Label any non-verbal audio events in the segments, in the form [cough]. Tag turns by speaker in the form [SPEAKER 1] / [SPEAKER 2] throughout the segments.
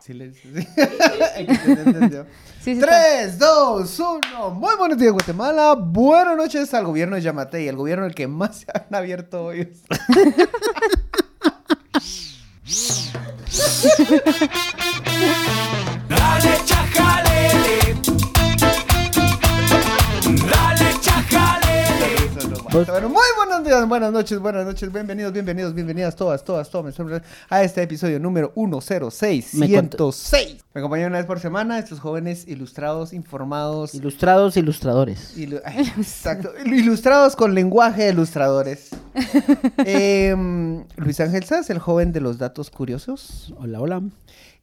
[SPEAKER 1] Sí, le- [laughs] sí. Se entendió.
[SPEAKER 2] [laughs] Sí, sí, está.
[SPEAKER 1] Tres, dos, uno. Muy buenos días, Guatemala. Buenas noches al gobierno de Yamatei, el gobierno el que más se han abierto hoy. [laughs]
[SPEAKER 3] Dale chajalele. Dale chajalele.
[SPEAKER 1] Bueno, muy buenos días, buenas noches, buenas noches, bienvenidos, bienvenidos, bienvenidas todas, todas, todas a este episodio número 106,
[SPEAKER 4] Me
[SPEAKER 1] 106. Me acompañan una vez por semana estos jóvenes ilustrados, informados,
[SPEAKER 4] Ilustrados, ilustradores.
[SPEAKER 1] Ilu- Ay, [laughs] Exacto. Ilustrados con lenguaje de ilustradores. Em, Luis Ángel Sanz, el joven de los datos curiosos.
[SPEAKER 4] Hola, hola.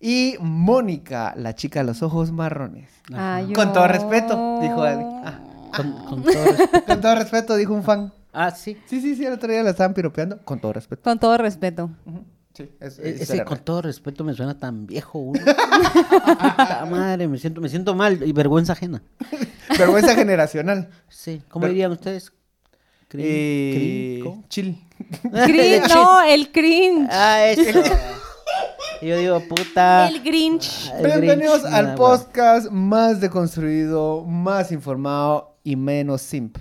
[SPEAKER 1] Y Mónica, la chica de los ojos marrones.
[SPEAKER 2] Ay,
[SPEAKER 1] Con todo
[SPEAKER 2] oh.
[SPEAKER 1] respeto, dijo Abby. Ah,
[SPEAKER 4] Con, con todo respeto.
[SPEAKER 1] con todo respeto, dijo un fan.
[SPEAKER 4] Ah, sí.
[SPEAKER 1] Sí, sí, sí, el otro día la estaban piropeando. Con todo respeto.
[SPEAKER 2] Con
[SPEAKER 1] [laughs]
[SPEAKER 2] todo respeto.
[SPEAKER 1] Ujú. Sí, es,
[SPEAKER 4] E-
[SPEAKER 1] es
[SPEAKER 4] Ese
[SPEAKER 1] era
[SPEAKER 4] con
[SPEAKER 1] real.
[SPEAKER 4] todo respeto me suena tan viejo [laughs] uno. Puta madre, me siento, me siento mal y vergüenza ajena.
[SPEAKER 1] Vergüenza generacional.
[SPEAKER 4] Sí, ¿cómo
[SPEAKER 1] Pero-
[SPEAKER 4] dirían ustedes? [laughs] Crin-
[SPEAKER 1] Eh,
[SPEAKER 4] crinco.
[SPEAKER 1] chill.
[SPEAKER 2] Crin, no, el cringe.
[SPEAKER 4] Ah, eso. [laughs] Y yo digo, puta.
[SPEAKER 1] Ah.
[SPEAKER 2] El Grinch.
[SPEAKER 4] el
[SPEAKER 1] Bienvenidos
[SPEAKER 4] Grinch,
[SPEAKER 1] al
[SPEAKER 4] nada,
[SPEAKER 1] podcast más deconstruido, más informado y menos simp.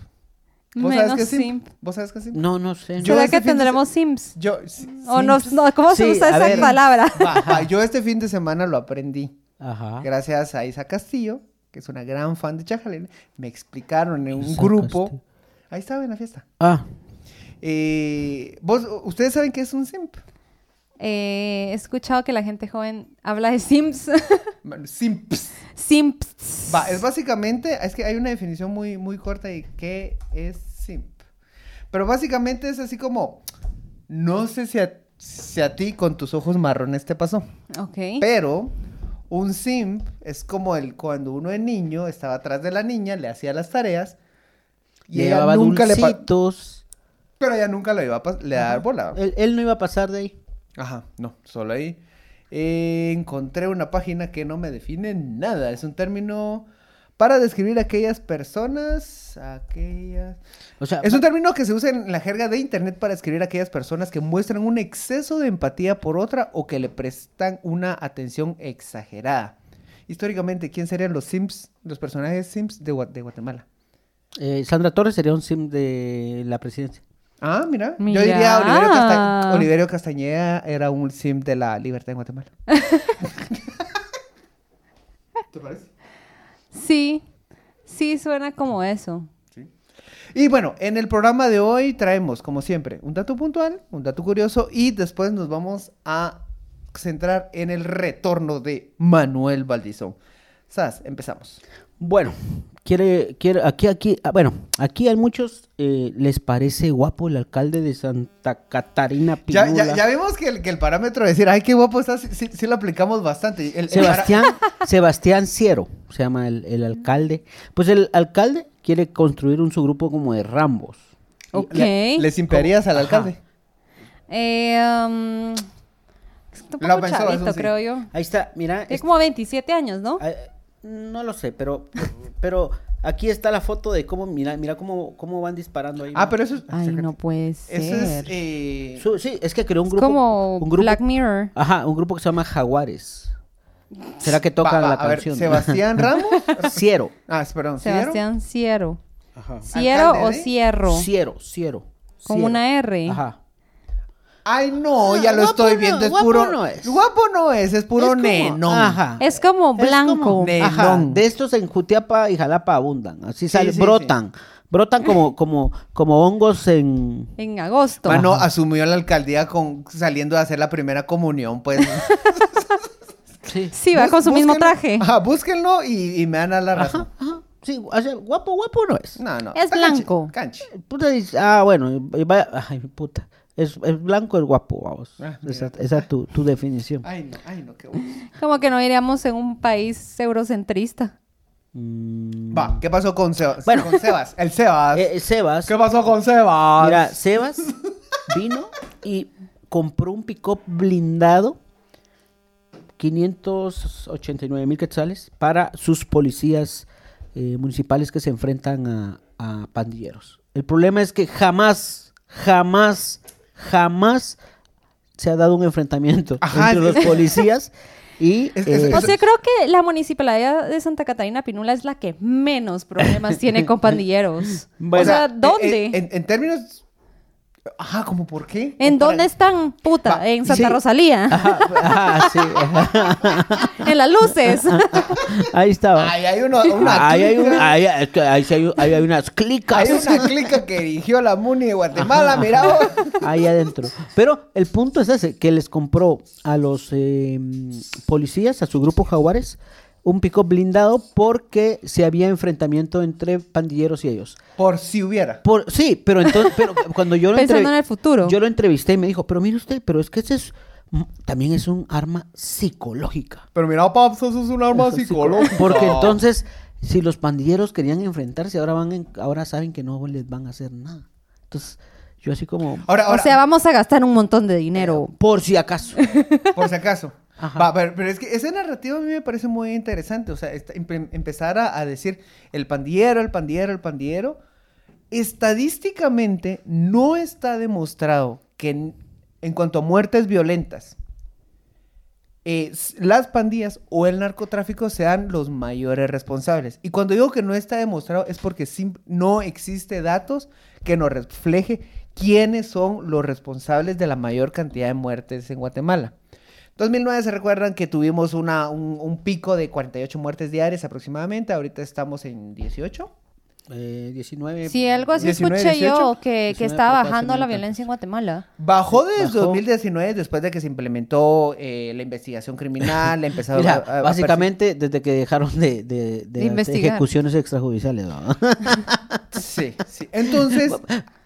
[SPEAKER 1] ¿Vos sabés
[SPEAKER 2] Menos
[SPEAKER 1] qué es simp?
[SPEAKER 2] simp.
[SPEAKER 1] ¿Vos sabés qué es simp?
[SPEAKER 4] bueno. No, no sé.
[SPEAKER 1] Yo
[SPEAKER 2] ¿Será
[SPEAKER 1] este
[SPEAKER 2] que
[SPEAKER 1] fin de
[SPEAKER 2] tendremos Sims?
[SPEAKER 1] Yo, sí,
[SPEAKER 2] O
[SPEAKER 1] sí,
[SPEAKER 2] no,
[SPEAKER 1] sí,
[SPEAKER 2] no, ¿Cómo
[SPEAKER 4] Sí,
[SPEAKER 2] se usa
[SPEAKER 4] a
[SPEAKER 2] esa
[SPEAKER 4] ver.
[SPEAKER 2] palabra? [laughs]
[SPEAKER 1] ajá, yo este fin de semana lo aprendí
[SPEAKER 4] Ajá.
[SPEAKER 1] gracias a Isa Castillo, que es una gran fan de Chajalén. Me explicaron en un
[SPEAKER 4] Isa
[SPEAKER 1] grupo.
[SPEAKER 4] Castillo.
[SPEAKER 1] Ahí estaba en la fiesta.
[SPEAKER 4] Ah,
[SPEAKER 1] Eh, ¿vos, ¿Ustedes saben qué es un simp?
[SPEAKER 2] Eh, he escuchado que la gente joven habla de Sims. [laughs]
[SPEAKER 1] Bueno, Simps.
[SPEAKER 2] Simps.
[SPEAKER 1] Va, es básicamente, es que hay una definición muy, muy corta de qué es simp. Pero básicamente es así como, no sé si a, si a ti con tus ojos marrones te pasó.
[SPEAKER 2] Ok.
[SPEAKER 1] Pero un simp es como el cuando uno de niño estaba atrás de la niña, le hacía las tareas y
[SPEAKER 4] llevaba
[SPEAKER 1] ella nunca le pa-
[SPEAKER 4] dulcitos.
[SPEAKER 1] pero ella nunca le iba a pas- le iba a dar bola.
[SPEAKER 4] Él, él no iba a pasar de ahí.
[SPEAKER 1] Ajá, no, solo ahí. Eh, encontré una página que no me define nada, es un término para describir aquellas personas, aquellas
[SPEAKER 4] O sea,
[SPEAKER 1] es un término que se usa en la jerga de internet para describir a aquellas personas que muestran un exceso de empatía por otra o que le prestan una atención exagerada. Históricamente, ¿quién serían los Sims, los personajes Sims de, Gua- de Guatemala?
[SPEAKER 4] eh, Sandra Torres sería un sim de la presidencia.
[SPEAKER 1] Ah, mira.
[SPEAKER 2] Mira.
[SPEAKER 1] Yo diría Oliverio, Casta- Oliverio Castañeda era un Sim de la libertad en Guatemala. ¿Te parece?
[SPEAKER 2] Sí. Sí, suena como eso.
[SPEAKER 1] Y bueno, en el programa de hoy traemos, como siempre, un dato puntual, un dato curioso y después nos vamos a centrar en el retorno de Manuel Valdizón. Sas, empezamos.
[SPEAKER 4] Bueno, quiere, quiere, aquí, aquí, ah, bueno, aquí hay muchos, eh, les parece guapo el alcalde de Santa Catarina
[SPEAKER 1] Ya,
[SPEAKER 4] Pinula.
[SPEAKER 1] ya, ya vimos que el, que el parámetro de decir, ay, qué guapo está, sí, sí- sí lo aplicamos bastante. El- el
[SPEAKER 4] Sebastián, Sebastián Ciero, se llama el, el alcalde. Pues el alcalde quiere construir un su grupo como de Rambos.
[SPEAKER 1] para-
[SPEAKER 2] Ok.
[SPEAKER 1] le- les imperías al alcalde.
[SPEAKER 2] Eh, um, es un poco
[SPEAKER 1] Lo pensó,
[SPEAKER 2] chavito,
[SPEAKER 1] eso sí.
[SPEAKER 2] creo yo.
[SPEAKER 4] Ahí está, mira.
[SPEAKER 2] Tiene
[SPEAKER 4] es-
[SPEAKER 2] como 27 años, ¿no?
[SPEAKER 4] ah, no lo sé, pero, pero aquí está la foto de cómo, mira, mira cómo, cómo van disparando ahí.
[SPEAKER 1] Ah, pero eso es...
[SPEAKER 2] Ay, no puede ser.
[SPEAKER 1] Eso es... eh,
[SPEAKER 4] Su- sí, es que creó un
[SPEAKER 2] Es
[SPEAKER 4] grupo.
[SPEAKER 2] como
[SPEAKER 4] un grupo-
[SPEAKER 2] Black Mirror.
[SPEAKER 4] Ajá, un grupo que se llama Jaguares. ¿Será que tocan
[SPEAKER 1] va, va,
[SPEAKER 4] la
[SPEAKER 1] a ver,
[SPEAKER 4] canción?
[SPEAKER 1] Sebastián
[SPEAKER 4] [laughs]
[SPEAKER 1] Ramos.
[SPEAKER 4] Ciero.
[SPEAKER 1] Ah, perdón. ¿sí vieron?
[SPEAKER 2] Sebastián Ciero.
[SPEAKER 4] Ajá.
[SPEAKER 2] ¿Ciero
[SPEAKER 1] Alcalde
[SPEAKER 2] o
[SPEAKER 1] de-
[SPEAKER 2] Cierro?
[SPEAKER 4] Ciero, Ciero.
[SPEAKER 2] Con
[SPEAKER 4] Ciero.
[SPEAKER 2] una R.
[SPEAKER 4] Ajá.
[SPEAKER 1] Ay, no, ya lo
[SPEAKER 4] Ah, Guapo
[SPEAKER 1] estoy
[SPEAKER 4] no,
[SPEAKER 1] viendo. es
[SPEAKER 4] guapo
[SPEAKER 1] puro.
[SPEAKER 4] no es.
[SPEAKER 1] Guapo no es, es puro
[SPEAKER 4] Es como-
[SPEAKER 1] nenón.
[SPEAKER 4] Ajá.
[SPEAKER 2] Es como
[SPEAKER 4] Es
[SPEAKER 2] blanco.
[SPEAKER 4] como- Ajá,
[SPEAKER 1] Nenón.
[SPEAKER 4] De estos en Jutiapa y Jalapa abundan. Así salen,
[SPEAKER 1] sí,
[SPEAKER 4] brotan. Brotan como, como, como hongos en.
[SPEAKER 2] En agosto.
[SPEAKER 1] Mano Ah, asumió la alcaldía con saliendo a hacer la primera comunión,
[SPEAKER 2] [laughs]
[SPEAKER 1] pues.
[SPEAKER 4] Sí.
[SPEAKER 2] Sí, va
[SPEAKER 1] Bus-
[SPEAKER 2] con su mismo
[SPEAKER 1] búsquenlo-
[SPEAKER 2] traje.
[SPEAKER 1] Ajá, búsquenlo y, y me dan a la razón.
[SPEAKER 4] Sí, o sea, guapo, guapo no es.
[SPEAKER 1] No, no.
[SPEAKER 2] Es
[SPEAKER 1] está canche,
[SPEAKER 2] blanco.
[SPEAKER 1] Canche.
[SPEAKER 4] Puta, dice- ah, bueno, y vaya- ay, puta. Es, es blanco el guapo, vamos.
[SPEAKER 1] Ah, mira.
[SPEAKER 4] esa esa es tu, tu definición.
[SPEAKER 1] Ay, no, ay, no, qué bueno.
[SPEAKER 2] Como que no iríamos en un país eurocentrista.
[SPEAKER 4] Mm.
[SPEAKER 1] Va, ¿qué pasó con Sebas?
[SPEAKER 4] Bueno.
[SPEAKER 1] Con Sebas. El Sebas.
[SPEAKER 4] Eh, eh, Sebas.
[SPEAKER 1] ¿Qué pasó con Sebas?
[SPEAKER 4] Mira, Sebas vino y compró un pick-up blindado, 589 mil quetzales, para sus policías eh, municipales que se enfrentan a, a pandilleros. El problema es que jamás, jamás, jamás se ha dado un enfrentamiento
[SPEAKER 1] Ajá,
[SPEAKER 4] entre
[SPEAKER 1] es-
[SPEAKER 4] los policías Y
[SPEAKER 1] Es- es-
[SPEAKER 4] eh, [laughs]
[SPEAKER 2] O sea, creo que la municipalidad de Santa Catarina Pinula es la que menos problemas
[SPEAKER 4] [laughs]
[SPEAKER 2] tiene con pandilleros.
[SPEAKER 4] Bueno.
[SPEAKER 2] pues, o sea,
[SPEAKER 1] eh,
[SPEAKER 2] ¿dónde?
[SPEAKER 1] eh,
[SPEAKER 2] ¿En,
[SPEAKER 1] En, en términos. Ajá, ¿cómo por qué? ¿O para-
[SPEAKER 2] dónde están, puta?
[SPEAKER 1] Va,
[SPEAKER 2] en Santa
[SPEAKER 4] sí. [laughs]
[SPEAKER 2] Rosalía,
[SPEAKER 4] ajá, ajá, ah, sí, ajá.
[SPEAKER 2] en las luces.
[SPEAKER 4] Ahí estaba.
[SPEAKER 1] Ay, hay uno- una
[SPEAKER 4] ahí, hay un-
[SPEAKER 1] clica.
[SPEAKER 4] ahí, es que ahí sí hay, ahí hay unas clicas.
[SPEAKER 1] Hay una clica que dirigió la Muni de Guatemala, mira. vos.
[SPEAKER 4] ahí adentro. Pero el punto es ese, que les compró a los eh, policías, a su grupo Jaguares, un pico blindado porque se había enfrentamiento entre pandilleros y ellos.
[SPEAKER 1] Por si hubiera.
[SPEAKER 4] Por, sí,
[SPEAKER 2] [laughs]
[SPEAKER 4] pero entonces, pero cuando yo lo
[SPEAKER 2] Pensando
[SPEAKER 4] entrevi-
[SPEAKER 2] en el futuro.
[SPEAKER 4] Yo lo entrevisté y me dijo, pero mire usted, pero es que ese es mm, también es un arma psicológica.
[SPEAKER 1] Pero mira, Pabs, eso es un arma
[SPEAKER 4] Eso es psico-
[SPEAKER 1] psicológica.
[SPEAKER 4] Porque entonces, si los pandilleros querían enfrentarse, ahora van en- ahora saben que no les van a hacer nada. Entonces, yo así como
[SPEAKER 1] Ahora, ahora,
[SPEAKER 2] o sea, vamos a gastar un montón de dinero.
[SPEAKER 4] por si acaso.
[SPEAKER 1] por si acaso.
[SPEAKER 4] Ajá.
[SPEAKER 1] Va, pero, pero es que esa narrativa a mí me parece muy interesante. O sea, esta- empe- empezar a, a decir el pandillero, el pandillero, el pandillero. Estadísticamente no está demostrado que en, en cuanto a muertes violentas, eh, s- las pandillas o el narcotráfico sean los mayores responsables. Y cuando digo que no está demostrado es porque sim- no existe datos que nos refleje quiénes son los responsables de la mayor cantidad de muertes en Guatemala. 2009 se recuerdan que tuvimos una, un, un pico de 48 muertes diarias aproximadamente, ahorita estamos en 18.
[SPEAKER 4] Eh, 19.
[SPEAKER 2] Sí, algo así
[SPEAKER 1] 19,
[SPEAKER 2] escuché
[SPEAKER 1] 18,
[SPEAKER 2] yo, que, que
[SPEAKER 4] 19
[SPEAKER 2] está bajando
[SPEAKER 4] papás
[SPEAKER 2] la
[SPEAKER 4] tenían tantos.
[SPEAKER 2] violencia en Guatemala.
[SPEAKER 1] Bajó desde
[SPEAKER 4] Bajó.
[SPEAKER 1] 2019 después de que se implementó eh, la investigación criminal, [laughs] empezaron
[SPEAKER 4] Mira,
[SPEAKER 1] a- a- a
[SPEAKER 4] básicamente desde que dejaron de, de- de las
[SPEAKER 2] investigar.
[SPEAKER 4] ejecuciones extrajudiciales. ¿no?
[SPEAKER 1] Sí, sí. [laughs] Entonces,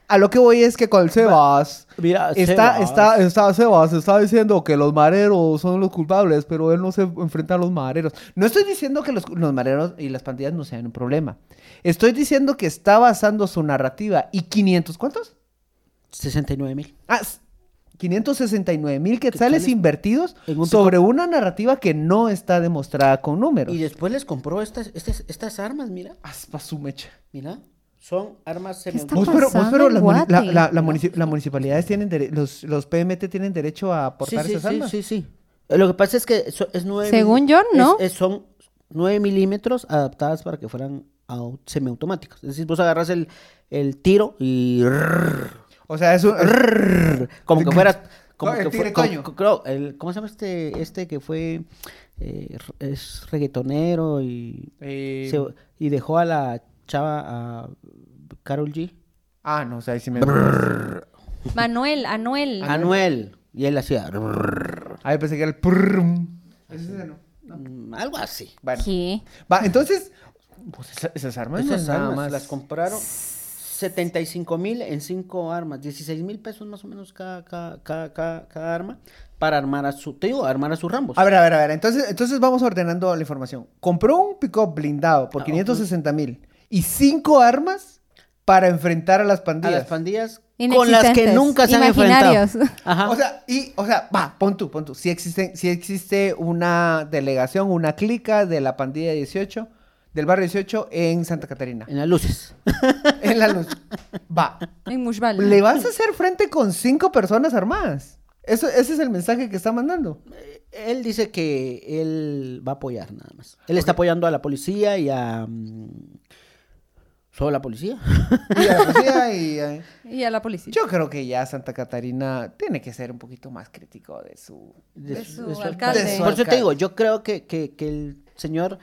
[SPEAKER 1] a lo que voy es que con el Sebas.
[SPEAKER 4] [laughs] Mira, [laughs]
[SPEAKER 1] Está,
[SPEAKER 4] Ah, Sebas.
[SPEAKER 1] está, está, Sebas está diciendo que los mareros son los culpables, pero él no se enfrenta a los mareros. No estoy diciendo que los, los mareros y las pandillas no sean un problema. Estoy diciendo que está basando su narrativa y 500, ¿cuántos?
[SPEAKER 4] 69 mil.
[SPEAKER 1] Ah, s- 569 mil
[SPEAKER 4] Quetzales.
[SPEAKER 1] quetzales invertidos
[SPEAKER 4] En un
[SPEAKER 1] sobre una narrativa que no está demostrada con números.
[SPEAKER 4] Y después les compró estas, estas, estas armas, mira.
[SPEAKER 1] Aspa su mecha.
[SPEAKER 4] Mira, son armas
[SPEAKER 2] ¿Qué está
[SPEAKER 1] Vos,
[SPEAKER 4] semiautomáticas.
[SPEAKER 1] pero, vos,
[SPEAKER 2] pasando
[SPEAKER 1] pero
[SPEAKER 2] en
[SPEAKER 1] las, muni- la-
[SPEAKER 2] Guate?
[SPEAKER 1] la- la munici- las municipalidades tienen dere- los, los PMT tienen derecho a
[SPEAKER 4] Sí,
[SPEAKER 1] portar
[SPEAKER 4] sí,
[SPEAKER 1] esas
[SPEAKER 4] sí,
[SPEAKER 1] armas.
[SPEAKER 4] sí, sí. Eh, Lo que pasa es que so- es 9
[SPEAKER 2] Según yo, ¿no?
[SPEAKER 4] son 9 milímetros adaptadas para que fueran au- semiautomáticas. Es decir, vos agarras el, el tiro y...
[SPEAKER 1] O sea, es un-
[SPEAKER 4] Como que fueras. Como
[SPEAKER 1] No, el
[SPEAKER 4] que
[SPEAKER 1] Tigre
[SPEAKER 4] fue- como-
[SPEAKER 1] Toño.
[SPEAKER 4] co- creo, el- ¿Cómo se llama este, este que fue. eh, r- es reggaetonero y.
[SPEAKER 1] eh,
[SPEAKER 4] se- y dejó a la chava a. Carol G.
[SPEAKER 1] Ah, no, o sea, ahí sí me...
[SPEAKER 2] Manuel, Anuel.
[SPEAKER 4] Ah, Anuel. Y él hacía.
[SPEAKER 1] Ahí pensé que era el... prrrm. Ese es el-
[SPEAKER 4] mm, Algo así.
[SPEAKER 1] Bueno.
[SPEAKER 2] ¿Qué?
[SPEAKER 1] Va, entonces... pues esa- esas armas no
[SPEAKER 4] Esas
[SPEAKER 1] nada
[SPEAKER 4] armas
[SPEAKER 1] más.
[SPEAKER 4] las compraron 75 mil en cinco armas, 16 mil pesos más o menos cada, cada, cada, cada, cada arma para armar a su. Te digo, armar a sus rambos.
[SPEAKER 1] A ver, a ver, a ver. Entonces, entonces vamos ordenando la información. Compró un pick-up blindado por
[SPEAKER 4] Ah,
[SPEAKER 1] 560 mil y cinco armas para enfrentar a las
[SPEAKER 4] a
[SPEAKER 1] pandillas.
[SPEAKER 4] las pandillas con las que
[SPEAKER 2] Inexistentes,
[SPEAKER 4] nunca se han
[SPEAKER 2] imaginarios.
[SPEAKER 4] enfrentado. Ajá.
[SPEAKER 1] O sea, y, o sea, va, pon tú, pon tú. Si existe, si existe una delegación, una clica de la pandilla 18, del barrio 18 en Santa Catarina,
[SPEAKER 4] en las luces.
[SPEAKER 1] en la luz. Va.
[SPEAKER 2] En Mushbal.
[SPEAKER 1] Le vas a hacer frente con cinco personas armadas. Eso, ese es el mensaje que está mandando.
[SPEAKER 4] Eh, Él dice que él va a apoyar nada más. Él está apoyando a la policía y a... mm, Solo la policía.
[SPEAKER 1] Y a la policía y, eh,
[SPEAKER 2] Y a la policía.
[SPEAKER 1] Yo creo que ya Santa Catarina tiene que ser un poquito más crítico de su...
[SPEAKER 4] De
[SPEAKER 2] su alcalde. De su
[SPEAKER 4] Por eso te
[SPEAKER 1] alcalde.
[SPEAKER 4] digo, yo creo que, que- que el señor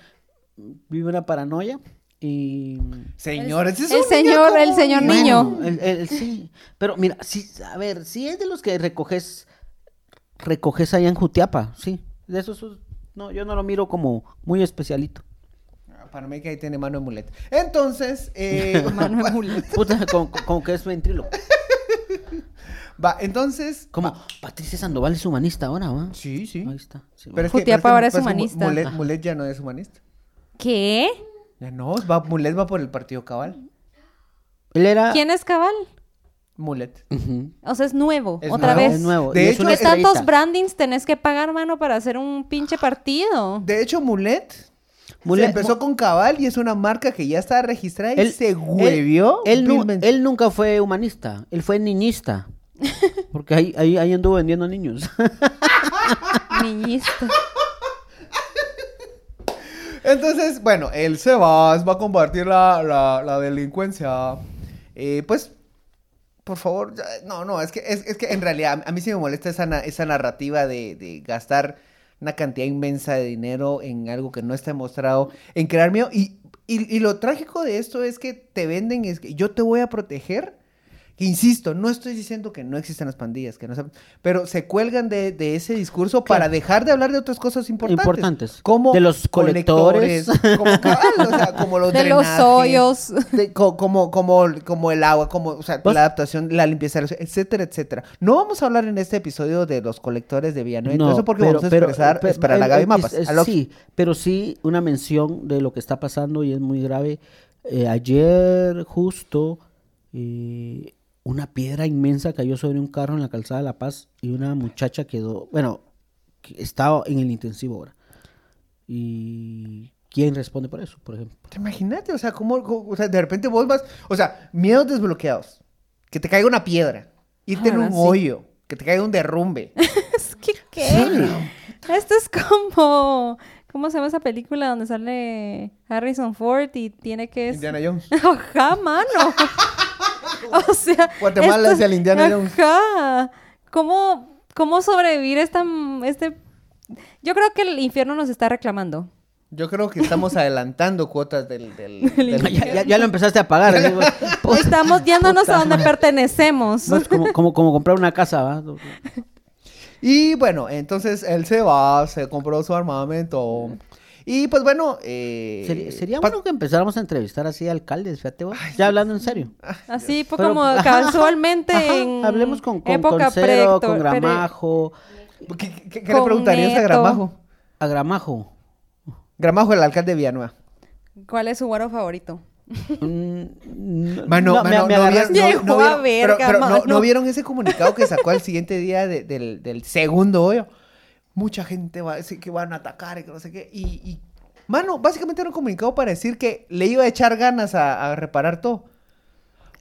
[SPEAKER 4] vive una paranoia y...
[SPEAKER 1] Señor, ese es
[SPEAKER 2] el
[SPEAKER 1] un niño
[SPEAKER 2] señor-
[SPEAKER 1] como
[SPEAKER 2] el
[SPEAKER 1] un
[SPEAKER 2] señor
[SPEAKER 1] niño.
[SPEAKER 2] niño.
[SPEAKER 4] Bueno, el- el- el- sí, pero mira, sí, a ver, si es de los que recoges, recoges allá en Jutiapa, sí. De esos, no, yo no lo miro como muy especialito.
[SPEAKER 1] Para mí que ahí tiene mano de muleta. Entonces, eh,
[SPEAKER 2] [laughs] Mano de mula.
[SPEAKER 4] Puta, como, como que es ventríloco.
[SPEAKER 1] va, entonces...
[SPEAKER 4] Como Patricia Sandoval es humanista ahora, ¿va?
[SPEAKER 1] Sí, sí.
[SPEAKER 4] Ahí está. sí,
[SPEAKER 1] Pero
[SPEAKER 4] va.
[SPEAKER 1] es que-
[SPEAKER 2] Jutiapa
[SPEAKER 1] pero
[SPEAKER 2] ahora
[SPEAKER 1] es que-
[SPEAKER 2] es
[SPEAKER 1] pero es que Mu-
[SPEAKER 2] humanista.
[SPEAKER 1] Mulet,
[SPEAKER 2] Ajá.
[SPEAKER 1] Mulet ya no es humanista.
[SPEAKER 2] ¿Qué?
[SPEAKER 1] Ya no, va, Mulet va por el partido cabal.
[SPEAKER 4] Él era.
[SPEAKER 2] ¿Quién es Cabal?
[SPEAKER 1] Mulet.
[SPEAKER 4] Ujú.
[SPEAKER 2] O sea, es nuevo,
[SPEAKER 1] Es
[SPEAKER 2] otra
[SPEAKER 1] nuevo.
[SPEAKER 2] vez.
[SPEAKER 4] Es nuevo.
[SPEAKER 1] De
[SPEAKER 4] y es
[SPEAKER 1] hecho,
[SPEAKER 4] una
[SPEAKER 2] ¿Qué
[SPEAKER 1] es-
[SPEAKER 4] estrellita.
[SPEAKER 2] tantos brandings tenés que pagar, mano, para hacer un pinche [laughs] partido?
[SPEAKER 1] De hecho, Mulet,
[SPEAKER 4] Mulet-
[SPEAKER 1] se empezó con cabal y es una marca que ya está registrada y
[SPEAKER 4] Él-
[SPEAKER 1] se
[SPEAKER 4] él-
[SPEAKER 1] huevió.
[SPEAKER 4] Él, nu-
[SPEAKER 1] vilmente.
[SPEAKER 4] él nunca fue humanista, él fue niñista. Porque ahí, ahí, ahí anduvo vendiendo niños.
[SPEAKER 2] Niñista.
[SPEAKER 1] Entonces, bueno, el Sebas va a combatir la, la- la delincuencia. Eh, pues, por favor, ya- no, no, es que, es, es que en realidad a mí sí me molesta esa, na- esa narrativa de, de gastar una cantidad inmensa de dinero en algo que no está demostrado, en crear miedo. Y, y- y lo trágico de esto es que te venden, es que yo te voy a proteger. Que Insisto, no estoy diciendo que no existan las pandillas, que no se- pero se cuelgan de, de ese discurso para dejar de hablar de otras cosas importantes.
[SPEAKER 4] Importantes.
[SPEAKER 1] Como
[SPEAKER 4] De los colectores.
[SPEAKER 1] colectores, como, [laughs] cabal, o sea, como los
[SPEAKER 2] De los
[SPEAKER 1] drenajes,
[SPEAKER 2] hoyos.
[SPEAKER 1] de co- como, como, como el agua, como o sea,
[SPEAKER 4] ¿Vos?
[SPEAKER 1] la adaptación, la limpieza, etcétera, etcétera. No vamos a hablar en este episodio de los colectores de Villanueva, y todo eso porque vamos a expresar,
[SPEAKER 4] pero-
[SPEAKER 1] esperar a
[SPEAKER 4] eh,
[SPEAKER 1] Gaby
[SPEAKER 4] eh,
[SPEAKER 1] Mapas.
[SPEAKER 4] es-
[SPEAKER 1] a lo-
[SPEAKER 4] sí, pero sí una mención de lo que está pasando y es muy grave. Eh, ayer, justo, eh, una piedra inmensa cayó sobre un carro en la calzada de La Paz y una muchacha quedó, bueno, que estaba en el intensivo ahora. ¿Y quién responde por eso,
[SPEAKER 1] [laughs]
[SPEAKER 4] por ejemplo?
[SPEAKER 1] Te Imagínate, o sea, cómo, cómo- o sea, de repente vos vas, o sea, miedos desbloqueados, que te caiga una piedra, irte en
[SPEAKER 2] Ah,
[SPEAKER 1] un
[SPEAKER 2] sí.
[SPEAKER 1] hoyo, que te caiga un
[SPEAKER 2] [laughs]
[SPEAKER 1] derrumbe.
[SPEAKER 2] Es que, ¿qué? Esto es como... ¿Cómo se llama esa película donde sale Harrison Ford y tiene que...
[SPEAKER 1] Indiana Jones.
[SPEAKER 2] [laughs] Ajá,
[SPEAKER 4] [laughs]
[SPEAKER 2] mano. o sea...
[SPEAKER 1] Guatemala
[SPEAKER 2] esto-
[SPEAKER 1] es el Indiana Jones.
[SPEAKER 2] Ajá. ¿Cómo, cómo sobrevivir esta, este... Yo creo que el infierno nos está reclamando.
[SPEAKER 1] Yo creo que estamos adelantando cuotas del...
[SPEAKER 2] [laughs]
[SPEAKER 1] del, del-
[SPEAKER 4] Ya, ya- ya lo empezaste a pagar. ¿sí?
[SPEAKER 1] [laughs]
[SPEAKER 4] Puta, [laughs]
[SPEAKER 2] Estamos yéndonos a donde pertenecemos.
[SPEAKER 4] no, es pues, como, como, como comprar una casa, ¿va?
[SPEAKER 1] Y bueno, entonces él se va, se compró su armamento. Y pues bueno, eh,
[SPEAKER 4] Sería, sería
[SPEAKER 1] pa-
[SPEAKER 4] bueno que empezáramos a entrevistar así a alcaldes, fíjate vos. Ya hablando en serio.
[SPEAKER 2] Así fue
[SPEAKER 4] Pero-
[SPEAKER 2] como
[SPEAKER 4] ajá, ajá,
[SPEAKER 2] casualmente
[SPEAKER 4] ajá.
[SPEAKER 2] en
[SPEAKER 4] Hablemos con, con
[SPEAKER 2] época
[SPEAKER 4] Concero,
[SPEAKER 2] pre-
[SPEAKER 4] con
[SPEAKER 2] pre-
[SPEAKER 4] Gramajo.
[SPEAKER 1] ¿Qué, qué- qué le
[SPEAKER 2] con
[SPEAKER 1] preguntarías a
[SPEAKER 2] Neto.
[SPEAKER 1] Gramajo?
[SPEAKER 4] A Gramajo.
[SPEAKER 1] Gramajo, el alcalde de Villanueva.
[SPEAKER 2] ¿Cuál es su guaro favorito?
[SPEAKER 4] Mm, no-
[SPEAKER 1] Mano,
[SPEAKER 4] no, me-
[SPEAKER 1] mano,
[SPEAKER 4] me
[SPEAKER 1] no,
[SPEAKER 4] agarras-
[SPEAKER 1] vieron,
[SPEAKER 2] agarraste.
[SPEAKER 1] no- no
[SPEAKER 2] Llegó a
[SPEAKER 1] vieron-
[SPEAKER 2] ver,
[SPEAKER 1] pero- pero no-
[SPEAKER 2] Gramajo.
[SPEAKER 1] no vieron ese comunicado que sacó al siguiente día de- del, del segundo hoyo. Mucha gente va a decir que van a atacar y que no sé qué. Y, y, mano, básicamente era un comunicado para decir que le iba a echar ganas a, a reparar todo.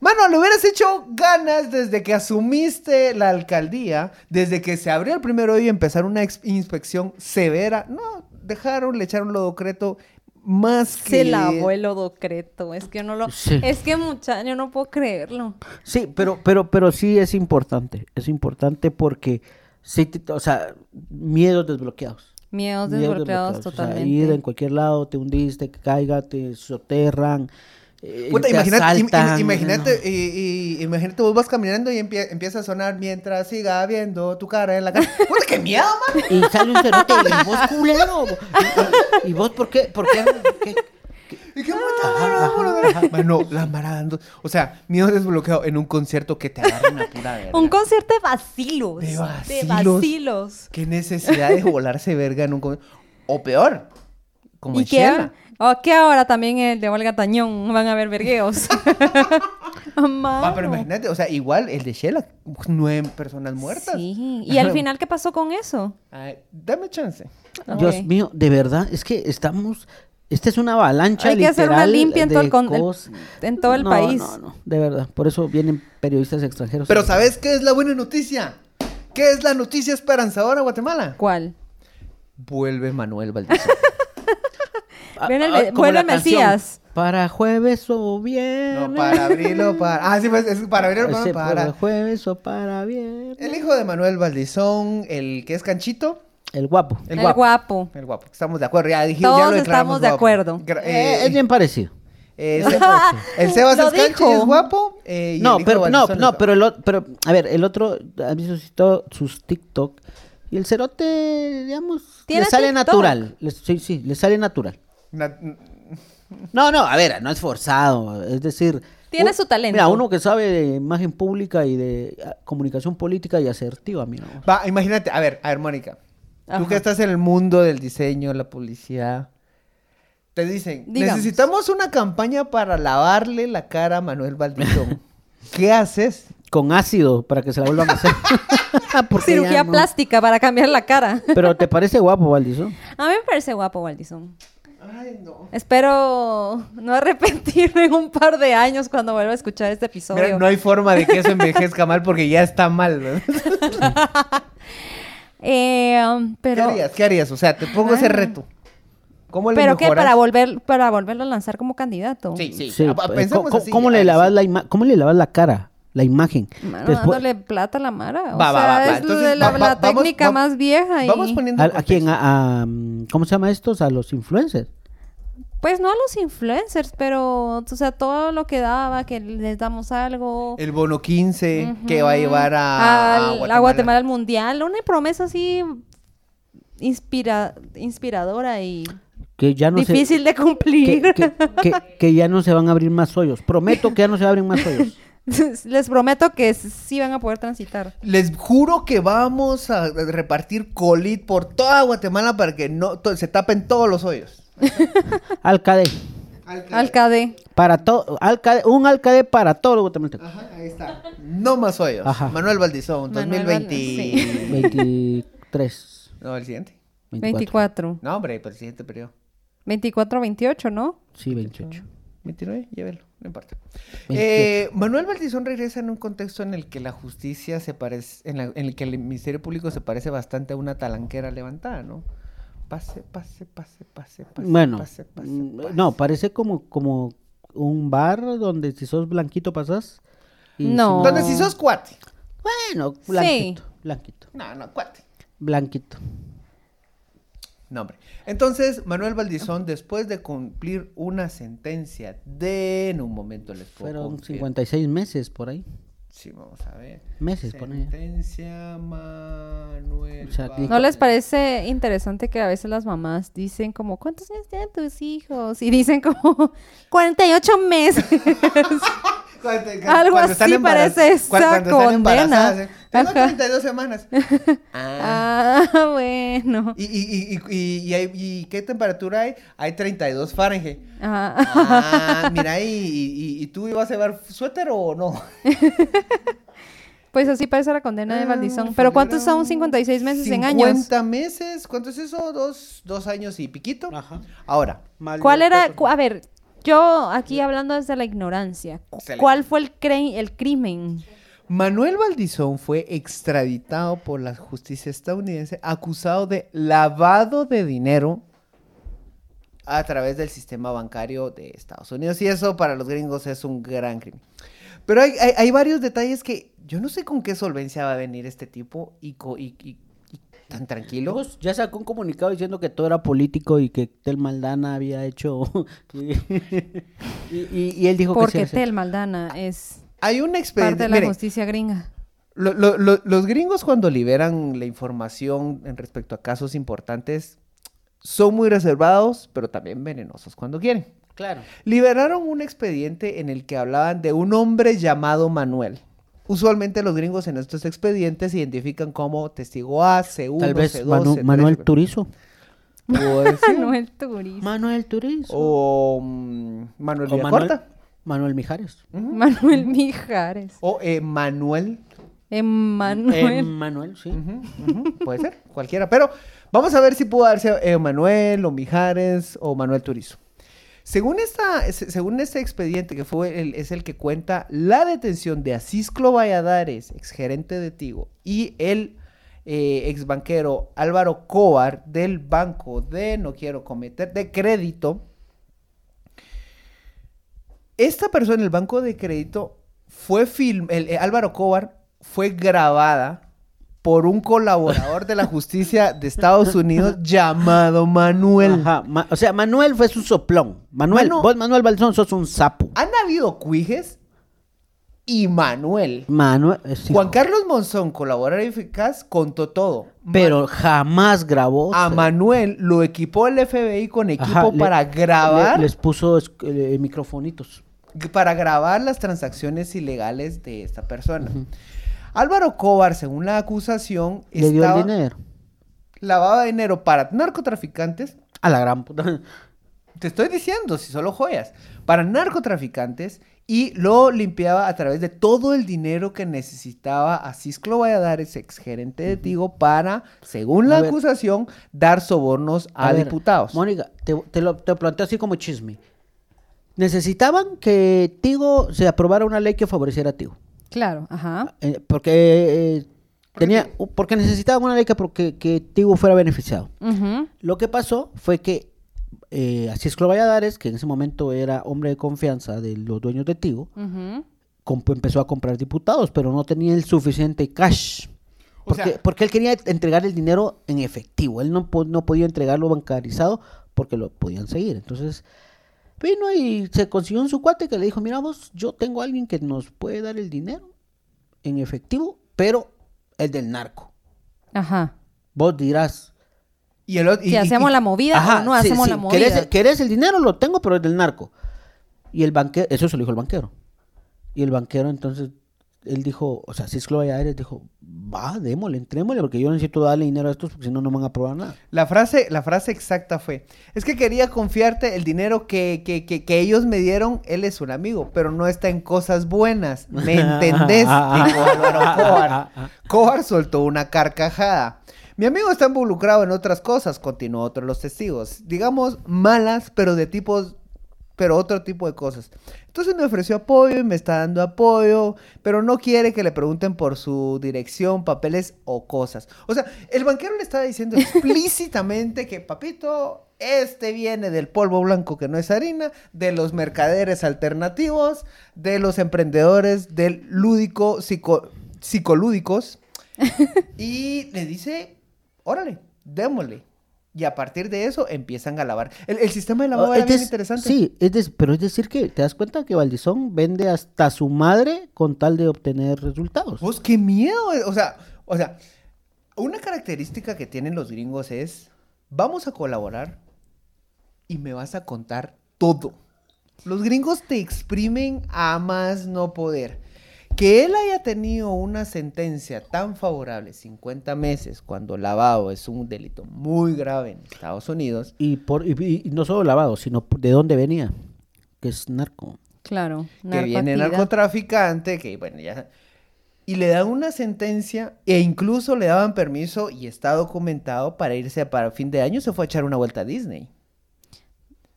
[SPEAKER 1] Mano, le hubieras hecho ganas desde que asumiste la alcaldía, desde que se abrió el primer hoyo y empezar una ex- inspección severa. No, dejaron, le echaron lo decreto más que...
[SPEAKER 2] Se lavó el odocreto. Es que yo no lo.
[SPEAKER 4] Sí.
[SPEAKER 2] Es que mucha, yo no puedo creerlo.
[SPEAKER 4] Sí, pero, pero, pero sí es importante. Es importante porque, sí, te- o sea, miedos desbloqueados.
[SPEAKER 2] Miedos
[SPEAKER 4] Miedos
[SPEAKER 2] desbloqueados
[SPEAKER 4] desbloqueados, o sea,
[SPEAKER 2] totalmente.
[SPEAKER 4] ir en cualquier lado, te hundiste, que caiga, te soterran. eh,
[SPEAKER 1] Puta,
[SPEAKER 4] te
[SPEAKER 1] imagínate, im- im-
[SPEAKER 4] asaltan,
[SPEAKER 1] imagínate,
[SPEAKER 4] ¿no?
[SPEAKER 1] y- y- imagínate, vos vas caminando y empie- empieza a sonar mientras siga viendo tu cara en la cara. [laughs] Puta, qué miedo, man.
[SPEAKER 4] Y sale un cerote y vos culero. ¿Y, y vos por qué? ¿Por qué? ¿Qué?
[SPEAKER 1] Y qué puta, mano, mano, mano, la mara dando- O sea, miedo desbloqueado en un concierto que te agarra una pura verga.
[SPEAKER 2] Un concierto de vacilos.
[SPEAKER 1] De
[SPEAKER 2] De
[SPEAKER 1] vacilos.
[SPEAKER 2] vacilos.
[SPEAKER 1] Qué necesidad de volarse verga en un concierto. O peor, como
[SPEAKER 2] ¿Y
[SPEAKER 1] en
[SPEAKER 2] qué,
[SPEAKER 1] Shela.
[SPEAKER 2] oh, que ahora también el de Olga Tañón? Van a
[SPEAKER 1] [laughs]
[SPEAKER 2] ver vergueos.
[SPEAKER 1] Va, pero
[SPEAKER 2] Mano.
[SPEAKER 1] imagínate, o sea, igual el de Shela, nueve personas muertas.
[SPEAKER 2] Sí.
[SPEAKER 1] [laughs]
[SPEAKER 2] ¿Y al final qué pasó con eso?
[SPEAKER 1] Ay, dame chance.
[SPEAKER 4] Dios
[SPEAKER 2] Ok.
[SPEAKER 4] mío, de verdad, es que estamos. Esta es una avalancha.
[SPEAKER 2] Hay que hacer una
[SPEAKER 4] literal
[SPEAKER 2] limpia en todo el
[SPEAKER 4] de
[SPEAKER 2] con- el-
[SPEAKER 4] cos-
[SPEAKER 2] en todo el
[SPEAKER 4] No,
[SPEAKER 2] país.
[SPEAKER 4] No, no, de verdad. Por eso vienen periodistas extranjeros.
[SPEAKER 1] Pero ¿sabes qué es la buena noticia? ¿Qué es la noticia esperanzadora, Guatemala?
[SPEAKER 2] ¿Cuál?
[SPEAKER 1] Vuelve [laughs] Manuel Valdés.
[SPEAKER 4] Ah,
[SPEAKER 2] Viene el-
[SPEAKER 4] ah, como
[SPEAKER 2] vuelve
[SPEAKER 4] la
[SPEAKER 2] el Mesías.
[SPEAKER 4] canción, Para jueves o viernes.
[SPEAKER 1] No, para abrirlo, para. Ah, sí, pues es para abrirlo, para.
[SPEAKER 4] Sí, Para
[SPEAKER 1] para.
[SPEAKER 4] jueves o para viernes.
[SPEAKER 1] El hijo de Manuel Valdizón, el que es canchito,
[SPEAKER 4] El guapo.
[SPEAKER 1] el
[SPEAKER 2] El,
[SPEAKER 1] guapo.
[SPEAKER 2] guapo.
[SPEAKER 1] El guapo, estamos de acuerdo, ya dijimos,
[SPEAKER 2] Todos
[SPEAKER 1] ya lo declaramos
[SPEAKER 2] estamos de
[SPEAKER 1] guapo.
[SPEAKER 2] acuerdo.
[SPEAKER 1] Gra-
[SPEAKER 4] Eh,
[SPEAKER 1] eh,
[SPEAKER 4] es bien parecido.
[SPEAKER 1] eh,
[SPEAKER 2] [laughs]
[SPEAKER 1] Sebas- el Sebas
[SPEAKER 2] Lo
[SPEAKER 1] es canchito,
[SPEAKER 2] dijo.
[SPEAKER 1] es guapo. eh, y el
[SPEAKER 4] No,
[SPEAKER 1] hijo
[SPEAKER 4] pero,
[SPEAKER 1] de
[SPEAKER 4] no,
[SPEAKER 1] Valdizón es
[SPEAKER 4] no,
[SPEAKER 1] guapo.
[SPEAKER 4] pero, el, ot- pero, a ver, el otro a mí suscitó sus TikTok y el cerote, digamos, le
[SPEAKER 2] ¿Tiene
[SPEAKER 4] sale
[SPEAKER 2] TikTok?
[SPEAKER 4] natural. Le- sí, sí, le sale natural.
[SPEAKER 1] Na-
[SPEAKER 4] No, no, a ver, no es forzado, es decir...
[SPEAKER 2] Tiene
[SPEAKER 4] u-
[SPEAKER 2] su talento.
[SPEAKER 4] Mira, uno que sabe de imagen pública y de ah, comunicación política y asertiva, mira. vos.
[SPEAKER 1] Va, imagínate, a ver, a ver, Mónica. Tú
[SPEAKER 2] Ajá.
[SPEAKER 1] que estás en el mundo del diseño, la publicidad. Te dicen,
[SPEAKER 2] Digamos.
[SPEAKER 1] necesitamos una campaña para lavarle la cara a Manuel
[SPEAKER 2] [laughs]
[SPEAKER 1] Valdizón. ¿Qué haces?
[SPEAKER 4] Con ácido, para que se la vuelvan a
[SPEAKER 2] [laughs]
[SPEAKER 4] hacer. Porque ya
[SPEAKER 2] Cirugía
[SPEAKER 4] no.
[SPEAKER 2] plástica para cambiar la cara. [laughs]
[SPEAKER 4] Pero te parece guapo, Valdizón.
[SPEAKER 2] A mí me parece guapo, Waldison.
[SPEAKER 1] Ay, no.
[SPEAKER 2] Espero no arrepentirme en un par de años cuando vuelva a escuchar este episodio.
[SPEAKER 1] Mira, no hay forma de que eso envejezca mal porque ya está mal.
[SPEAKER 2] [laughs]
[SPEAKER 1] ¿verdad?
[SPEAKER 2] Eh, um,
[SPEAKER 1] ¿Qué
[SPEAKER 2] pero Eh, um,
[SPEAKER 1] harías? ¿Qué harías? O sea, te pongo ese
[SPEAKER 2] Ah.
[SPEAKER 1] reto. ¿Cómo le
[SPEAKER 2] ¿Pero qué?
[SPEAKER 1] mejoras?
[SPEAKER 2] Para, volver, para volverlo a lanzar como candidato.
[SPEAKER 1] eh? Sí, sí.
[SPEAKER 4] Sí,
[SPEAKER 1] Ah,
[SPEAKER 4] eh,
[SPEAKER 1] pensemos
[SPEAKER 4] ¿cómo,
[SPEAKER 1] así,
[SPEAKER 4] cómo
[SPEAKER 1] a
[SPEAKER 4] le
[SPEAKER 1] ver,
[SPEAKER 4] lavas
[SPEAKER 1] sí.
[SPEAKER 4] la ima- ¿Cómo le lavas la cara? La imagen.
[SPEAKER 2] Mano,
[SPEAKER 4] Después-
[SPEAKER 2] dándole plata a la mara. O
[SPEAKER 1] Va, va,
[SPEAKER 2] sea,
[SPEAKER 1] va, va.
[SPEAKER 2] es
[SPEAKER 1] Entonces,
[SPEAKER 2] la,
[SPEAKER 1] va-
[SPEAKER 2] la
[SPEAKER 1] va- vamos-
[SPEAKER 2] técnica
[SPEAKER 1] va-
[SPEAKER 2] más vieja. Y,
[SPEAKER 1] Vamos poniendo
[SPEAKER 4] ¿A,
[SPEAKER 1] en
[SPEAKER 4] a quién?
[SPEAKER 1] contexto.
[SPEAKER 4] A- a, mm, ¿Cómo se llama estos? A los influencers.
[SPEAKER 2] Pues no a los influencers, pero, o sea, todo lo que daba, que les damos algo.
[SPEAKER 1] El bono 15 que va a llevar a,
[SPEAKER 2] al- a Guatemala al mundial. Una promesa así inspira, inspiradora y
[SPEAKER 4] Que ya no se-
[SPEAKER 2] difícil de
[SPEAKER 4] que,
[SPEAKER 2] cumplir.
[SPEAKER 4] que- que- que ya no se van a abrir más hoyos. Prometo que ya no se abren más hoyos.
[SPEAKER 2] [laughs] [laughs] les prometo que s- sí van a poder transitar.
[SPEAKER 1] Les juro que vamos a repartir colit por toda Guatemala para que no to- se tapen todos los hoyos.
[SPEAKER 4] Alcade.
[SPEAKER 2] Alcade.
[SPEAKER 4] Para todo. Alcade, un alcade para todo los guatemaltecos.
[SPEAKER 1] Ajá, ahí está. No más hoyos.
[SPEAKER 4] Ajá.
[SPEAKER 1] Manuel Valdizón,
[SPEAKER 2] Manuel
[SPEAKER 1] 2020.
[SPEAKER 2] Valdizón,
[SPEAKER 4] 23.
[SPEAKER 1] No, el siguiente.
[SPEAKER 4] 24.
[SPEAKER 2] 24.
[SPEAKER 1] No, hombre, pero el siguiente periodo.
[SPEAKER 2] 24, 28, ¿no?
[SPEAKER 4] Sí, 28.
[SPEAKER 1] 29, llévelo, no importa.
[SPEAKER 4] 28.
[SPEAKER 1] Eh, Manuel Valdizón regresa en un contexto en el que la justicia se parece, en, la- en el que el Ministerio Público se parece bastante a una talanquera levantada, ¿no? Pase, pase, pase, pase, pase.
[SPEAKER 4] Bueno,
[SPEAKER 1] pase, pase,
[SPEAKER 4] mm,
[SPEAKER 1] pase.
[SPEAKER 4] no, parece como, como un bar donde si sos blanquito pasas. y
[SPEAKER 2] No.
[SPEAKER 1] Donde si sos cuate.
[SPEAKER 4] Bueno,
[SPEAKER 2] Sí.
[SPEAKER 4] blanquito. Blanquito.
[SPEAKER 1] No, no, cuate.
[SPEAKER 4] Blanquito.
[SPEAKER 1] No, hombre. Entonces, Manuel Valdizón, después de cumplir una sentencia de... En un momento les puedo
[SPEAKER 4] Fueron
[SPEAKER 1] confirmar.
[SPEAKER 4] 56 meses por ahí.
[SPEAKER 1] Sí, vamos a ver.
[SPEAKER 4] Meses, ponía.
[SPEAKER 1] Sentencia Manuel
[SPEAKER 4] O sea,
[SPEAKER 1] Valdizón.
[SPEAKER 2] ¿No les parece interesante que a veces las mamás dicen como, ¿cuántos años tienen tus hijos? Y dicen como, [laughs] 48
[SPEAKER 4] [laughs]
[SPEAKER 2] meses.
[SPEAKER 1] Cuando-
[SPEAKER 2] Algo
[SPEAKER 1] cuando
[SPEAKER 2] así
[SPEAKER 1] embaraz-
[SPEAKER 2] parece esa
[SPEAKER 1] cuando- cuando están
[SPEAKER 2] condena.
[SPEAKER 1] embarazadas, ¿eh? Tengo
[SPEAKER 2] Ajá.
[SPEAKER 1] 32
[SPEAKER 2] [laughs]
[SPEAKER 1] semanas. Ah.
[SPEAKER 2] ah, [laughs] bueno.
[SPEAKER 1] ¿Y, y, y, y, y hay- y qué temperatura hay? Hay 32 Fahrenheit.
[SPEAKER 2] Ah.
[SPEAKER 1] Ah, mira, y, y, y- y tú ibas a llevar suéter o no?
[SPEAKER 2] [laughs] Pues así parece la condena de
[SPEAKER 1] Ah,
[SPEAKER 2] Valdizón. Pero ¿cuántos son
[SPEAKER 1] fueron
[SPEAKER 2] 56 meses en años?
[SPEAKER 1] 50 meses. ¿Cuánto es eso? Dos, dos años y piquito.
[SPEAKER 4] Ah.
[SPEAKER 1] Ahora,
[SPEAKER 2] ¿Cuál era? cu- A ver, yo aquí hablando desde la ignorancia, cu-
[SPEAKER 1] Excelente.
[SPEAKER 2] ¿cuál fue el, cre- el crimen?
[SPEAKER 1] Manuel Valdizón fue extraditado por la justicia estadounidense acusado de lavado de dinero a través del sistema bancario de Estados Unidos. Y eso para los gringos es un gran crimen. Pero hay, hay- hay varios detalles que yo no sé con qué solvencia va a venir este tipo y, co- y- y- y tan tranquilo.
[SPEAKER 4] Luego ya sacó un comunicado diciendo que todo era político y que Tel Maldana había hecho. [laughs] y, y- y él dijo que
[SPEAKER 2] Porque
[SPEAKER 4] sí, Pues, sí.
[SPEAKER 2] Tel Maldana es
[SPEAKER 1] Hay un
[SPEAKER 2] parte
[SPEAKER 1] expediente.
[SPEAKER 2] de la
[SPEAKER 1] miren,
[SPEAKER 2] justicia gringa.
[SPEAKER 1] Lo- lo- lo- los gringos cuando liberan la información en respecto a casos importantes son muy reservados, pero también venenosos cuando quieren.
[SPEAKER 4] Claro.
[SPEAKER 1] Liberaron un expediente en el que hablaban de un hombre llamado Manuel. Usualmente los gringos en estos expedientes se identifican como testigo A, C1,
[SPEAKER 4] Tal vez
[SPEAKER 1] C2,
[SPEAKER 4] Manu-
[SPEAKER 1] C3,
[SPEAKER 4] Manuel
[SPEAKER 1] C4.
[SPEAKER 4] Turizo.
[SPEAKER 1] Puede ser.
[SPEAKER 2] Manuel Turizo.
[SPEAKER 4] Manuel Turizo.
[SPEAKER 1] O mm, Manuel
[SPEAKER 4] O Manuel,
[SPEAKER 1] Villacorta.
[SPEAKER 4] Manuel Mijares.
[SPEAKER 2] Manuel Mijares.
[SPEAKER 1] O eh, Manuel
[SPEAKER 4] Eh,
[SPEAKER 2] Emanuel.
[SPEAKER 4] Manuel, sí.
[SPEAKER 1] Ujú, ujú, puede ser, cualquiera. Pero vamos a ver si pudo darse eh, Manuel o Mijares o Manuel Turizo. Según, esta, se- según este expediente, que fue el- es el que cuenta la detención de Asisclo Valladares, exgerente de Tigo, y el eh, ex banquero Álvaro Cobar del banco de No Quiero Cometer, de crédito, esta persona, el banco de crédito, fue film, el, eh, Álvaro Cobar fue grabada por un colaborador de la justicia de Estados
[SPEAKER 4] [laughs]
[SPEAKER 1] Unidos llamado Manuel.
[SPEAKER 4] Ajá, ma- o sea, Manuel fue su soplón. Manuel,
[SPEAKER 1] Manu-
[SPEAKER 4] vos Manuel Balzón sos un sapo.
[SPEAKER 1] Han habido cuijes y Manuel.
[SPEAKER 4] Manuel, eh, sí,
[SPEAKER 1] Juan
[SPEAKER 4] jo-
[SPEAKER 1] Carlos Monzón, colaborador eficaz, contó todo.
[SPEAKER 4] pero jamás grabó.
[SPEAKER 1] A
[SPEAKER 4] se-
[SPEAKER 1] Manuel lo equipó el FBI con equipo
[SPEAKER 4] Ajá, le-
[SPEAKER 1] para
[SPEAKER 4] le-
[SPEAKER 1] grabar
[SPEAKER 4] les puso es- eh, microfonitos.
[SPEAKER 1] para grabar las transacciones ilegales de esta persona. Álvaro Cobar, según la acusación,
[SPEAKER 4] Le dio
[SPEAKER 1] estaba-
[SPEAKER 4] el dinero.
[SPEAKER 1] lavaba dinero para narcotraficantes.
[SPEAKER 4] A la gran puta.
[SPEAKER 1] Te estoy diciendo, si solo joyas, para narcotraficantes y lo limpiaba a través de todo el dinero que necesitaba a Cisclo Valladares, exgerente de Tigo, para, según la
[SPEAKER 4] A ver.
[SPEAKER 1] acusación, dar sobornos a,
[SPEAKER 4] [laughs] A ver,
[SPEAKER 1] diputados.
[SPEAKER 4] Mónica, te, te lo te lo planteo así como chisme. Necesitaban que Tigo se aprobara una ley que favoreciera a Tigo.
[SPEAKER 2] Claro, ajá.
[SPEAKER 4] Eh, porque eh, tenía porque necesitaban una ley que, porque- que Tigo fuera beneficiado.
[SPEAKER 2] Ujú.
[SPEAKER 4] Lo que pasó fue que eh, a Cisco Valladares, que en ese momento era hombre de confianza de los dueños de Tigo,
[SPEAKER 2] Ujú.
[SPEAKER 4] comp- empezó a comprar diputados, pero no tenía el suficiente cash.
[SPEAKER 1] O
[SPEAKER 4] Porque,
[SPEAKER 1] sea-
[SPEAKER 4] porque él quería entregar el dinero en efectivo. Él no, po- no podía entregarlo bancarizado porque lo podían seguir. Entonces vino y se consiguió un su cuate que le dijo, mira vos, yo tengo a alguien que nos puede dar el dinero en efectivo, pero es del narco.
[SPEAKER 2] Ajá.
[SPEAKER 4] Vos dirás,
[SPEAKER 1] Y el otro- y-
[SPEAKER 2] Si
[SPEAKER 1] y-
[SPEAKER 2] hacemos
[SPEAKER 1] y-
[SPEAKER 2] la movida o no
[SPEAKER 4] sí,
[SPEAKER 2] hacemos
[SPEAKER 4] sí,
[SPEAKER 2] la movida.
[SPEAKER 4] ¿querés, querés el dinero? Lo tengo, pero es del narco. Y el banquero, eso se lo dijo el banquero. Y el banquero entonces, él dijo, o sea, Cisco Valladares dijo, va, démosle, entrémosle, porque yo necesito darle dinero a estos, porque si no, no me van a aprobar nada.
[SPEAKER 1] la frase, la frase exacta fue, es que quería confiarte el dinero que, que- que- que ellos me dieron, él es un amigo, pero no está en cosas buenas, ¿me entendés? Dijo Álvaro Cobar. Cobar soltó una carcajada. Mi amigo está involucrado en otras cosas, continuó otro de los testigos, digamos malas, pero de tipos pero otro tipo de cosas. Entonces me ofreció apoyo y me está dando apoyo, pero no quiere que le pregunten por su dirección, papeles o cosas. O sea, el banquero le estaba diciendo explícitamente que, papito, este viene del polvo blanco que no es harina, de los mercaderes alternativos, de los emprendedores, del lúdico, psico- psicolúdicos. Y le dice, órale, démosle. Y a partir de eso empiezan a lavar. El, el sistema de lavado
[SPEAKER 4] Ah,
[SPEAKER 1] era bien
[SPEAKER 4] des-
[SPEAKER 1] interesante.
[SPEAKER 4] Sí, es des- pero es decir que, ¿te das cuenta que Valdizón vende hasta su madre con tal de obtener resultados?
[SPEAKER 1] Vos, qué miedo. eh, O sea, o sea, una característica que tienen los gringos es, vamos a colaborar y me vas a contar todo. Los gringos te exprimen a más no poder. Que él haya tenido una sentencia tan favorable, 50 meses, cuando lavado es un delito muy grave en Estados Unidos,
[SPEAKER 4] Y, por, y- y- y no solo lavado, sino p- de dónde venía, que es narco.
[SPEAKER 2] Claro.
[SPEAKER 1] que viene
[SPEAKER 2] narcoactividad.
[SPEAKER 1] narcotraficante, que bueno, ya... Y le dan una sentencia e incluso le daban permiso y está documentado para irse para fin de año, se fue a echar una vuelta a Disney.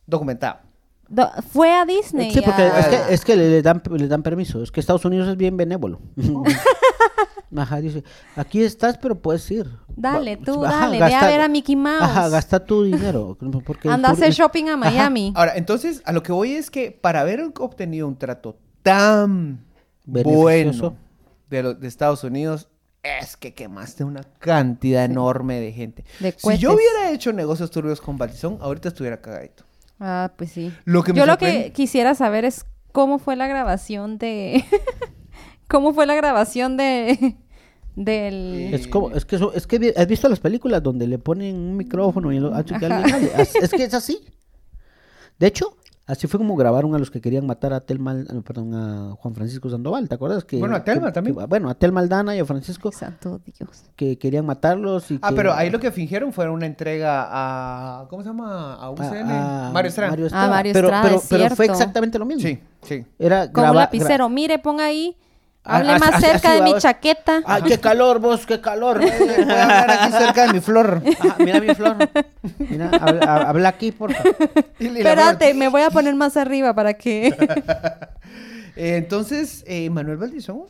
[SPEAKER 1] Documentado.
[SPEAKER 2] Do- Fue a Disney.
[SPEAKER 4] Sí, porque
[SPEAKER 2] a-
[SPEAKER 4] es que, eh, es que le, le dan, le dan permiso. Es que Estados Unidos es bien benévolo.
[SPEAKER 2] [laughs]
[SPEAKER 4] Ajá, dice, aquí estás, pero puedes ir.
[SPEAKER 2] Dale,
[SPEAKER 4] Va-
[SPEAKER 2] tú,
[SPEAKER 4] ajá,
[SPEAKER 2] dale, ve
[SPEAKER 4] gasta-
[SPEAKER 2] a ver a Mickey Mouse.
[SPEAKER 4] Ajá, gasta
[SPEAKER 2] [laughs]
[SPEAKER 4] tu dinero. Porque el
[SPEAKER 2] Anda a
[SPEAKER 4] tur-
[SPEAKER 2] hacer
[SPEAKER 4] el-
[SPEAKER 2] shopping a Miami.
[SPEAKER 4] Ah,
[SPEAKER 1] Ahora, entonces, a lo que voy es que para haber obtenido un trato tan
[SPEAKER 4] Beneficioso.
[SPEAKER 1] bueno de, los de Estados Unidos, es que quemaste una cantidad enorme de gente.
[SPEAKER 2] De
[SPEAKER 1] si yo
[SPEAKER 2] cohetes.
[SPEAKER 1] hubiera hecho negocios turbios con Baltizón, ahorita estuviera cagadito.
[SPEAKER 2] Ah, pues sí.
[SPEAKER 1] Lo que me
[SPEAKER 2] Yo lo
[SPEAKER 1] sorprende-
[SPEAKER 2] que quisiera saber es cómo fue la grabación de. [laughs] ¿Cómo fue la grabación de. del.
[SPEAKER 4] Es como, es que, eso- es que vi- has visto las películas donde le ponen un micrófono y lo hacen que
[SPEAKER 2] Ajá.
[SPEAKER 4] alguien hable? As- Es que es así. De hecho, así fue como grabaron a los que querían matar a Telma, ah, perdón, a Juan Francisco Sandoval, ¿te acuerdas? Que,
[SPEAKER 1] Bueno, a Telma
[SPEAKER 4] que-
[SPEAKER 1] también.
[SPEAKER 4] que- bueno, a Telma Aldana y a Francisco
[SPEAKER 2] Santo Dios.
[SPEAKER 4] que querían matarlos y
[SPEAKER 1] Ah,
[SPEAKER 4] que-
[SPEAKER 1] pero ahí lo que fingieron fue una entrega a. ¿Cómo se llama? A UCN.
[SPEAKER 4] a- a
[SPEAKER 1] Mario Estrada.
[SPEAKER 2] Ah, Mario
[SPEAKER 4] pero,
[SPEAKER 2] Estrada,
[SPEAKER 4] pero-
[SPEAKER 2] es
[SPEAKER 4] pero fue
[SPEAKER 2] cierto.
[SPEAKER 4] exactamente lo mismo.
[SPEAKER 1] Sí, sí.
[SPEAKER 4] Era
[SPEAKER 2] Con un
[SPEAKER 4] graba-
[SPEAKER 2] lapicero.
[SPEAKER 4] gra-
[SPEAKER 2] Mire, ponga ahí.
[SPEAKER 4] Ah,
[SPEAKER 2] Hable
[SPEAKER 4] así-
[SPEAKER 2] más
[SPEAKER 4] así-
[SPEAKER 2] cerca
[SPEAKER 4] así
[SPEAKER 2] de mi
[SPEAKER 4] grabas.
[SPEAKER 2] chaqueta.
[SPEAKER 4] ¡Ay, qué calor vos, qué
[SPEAKER 2] [laughs]
[SPEAKER 4] calor!
[SPEAKER 1] Eh, Voy a hablar aquí cerca de mi [laughs] flor.
[SPEAKER 4] Ah, mira mi flor. Mira, habla, hab- habla aquí, por
[SPEAKER 1] [laughs]
[SPEAKER 4] favor.
[SPEAKER 1] Y- y la
[SPEAKER 2] Espérate,
[SPEAKER 1] flor.
[SPEAKER 2] me voy a poner más arriba para que.
[SPEAKER 1] Eh, entonces, eh, Manuel Valdizón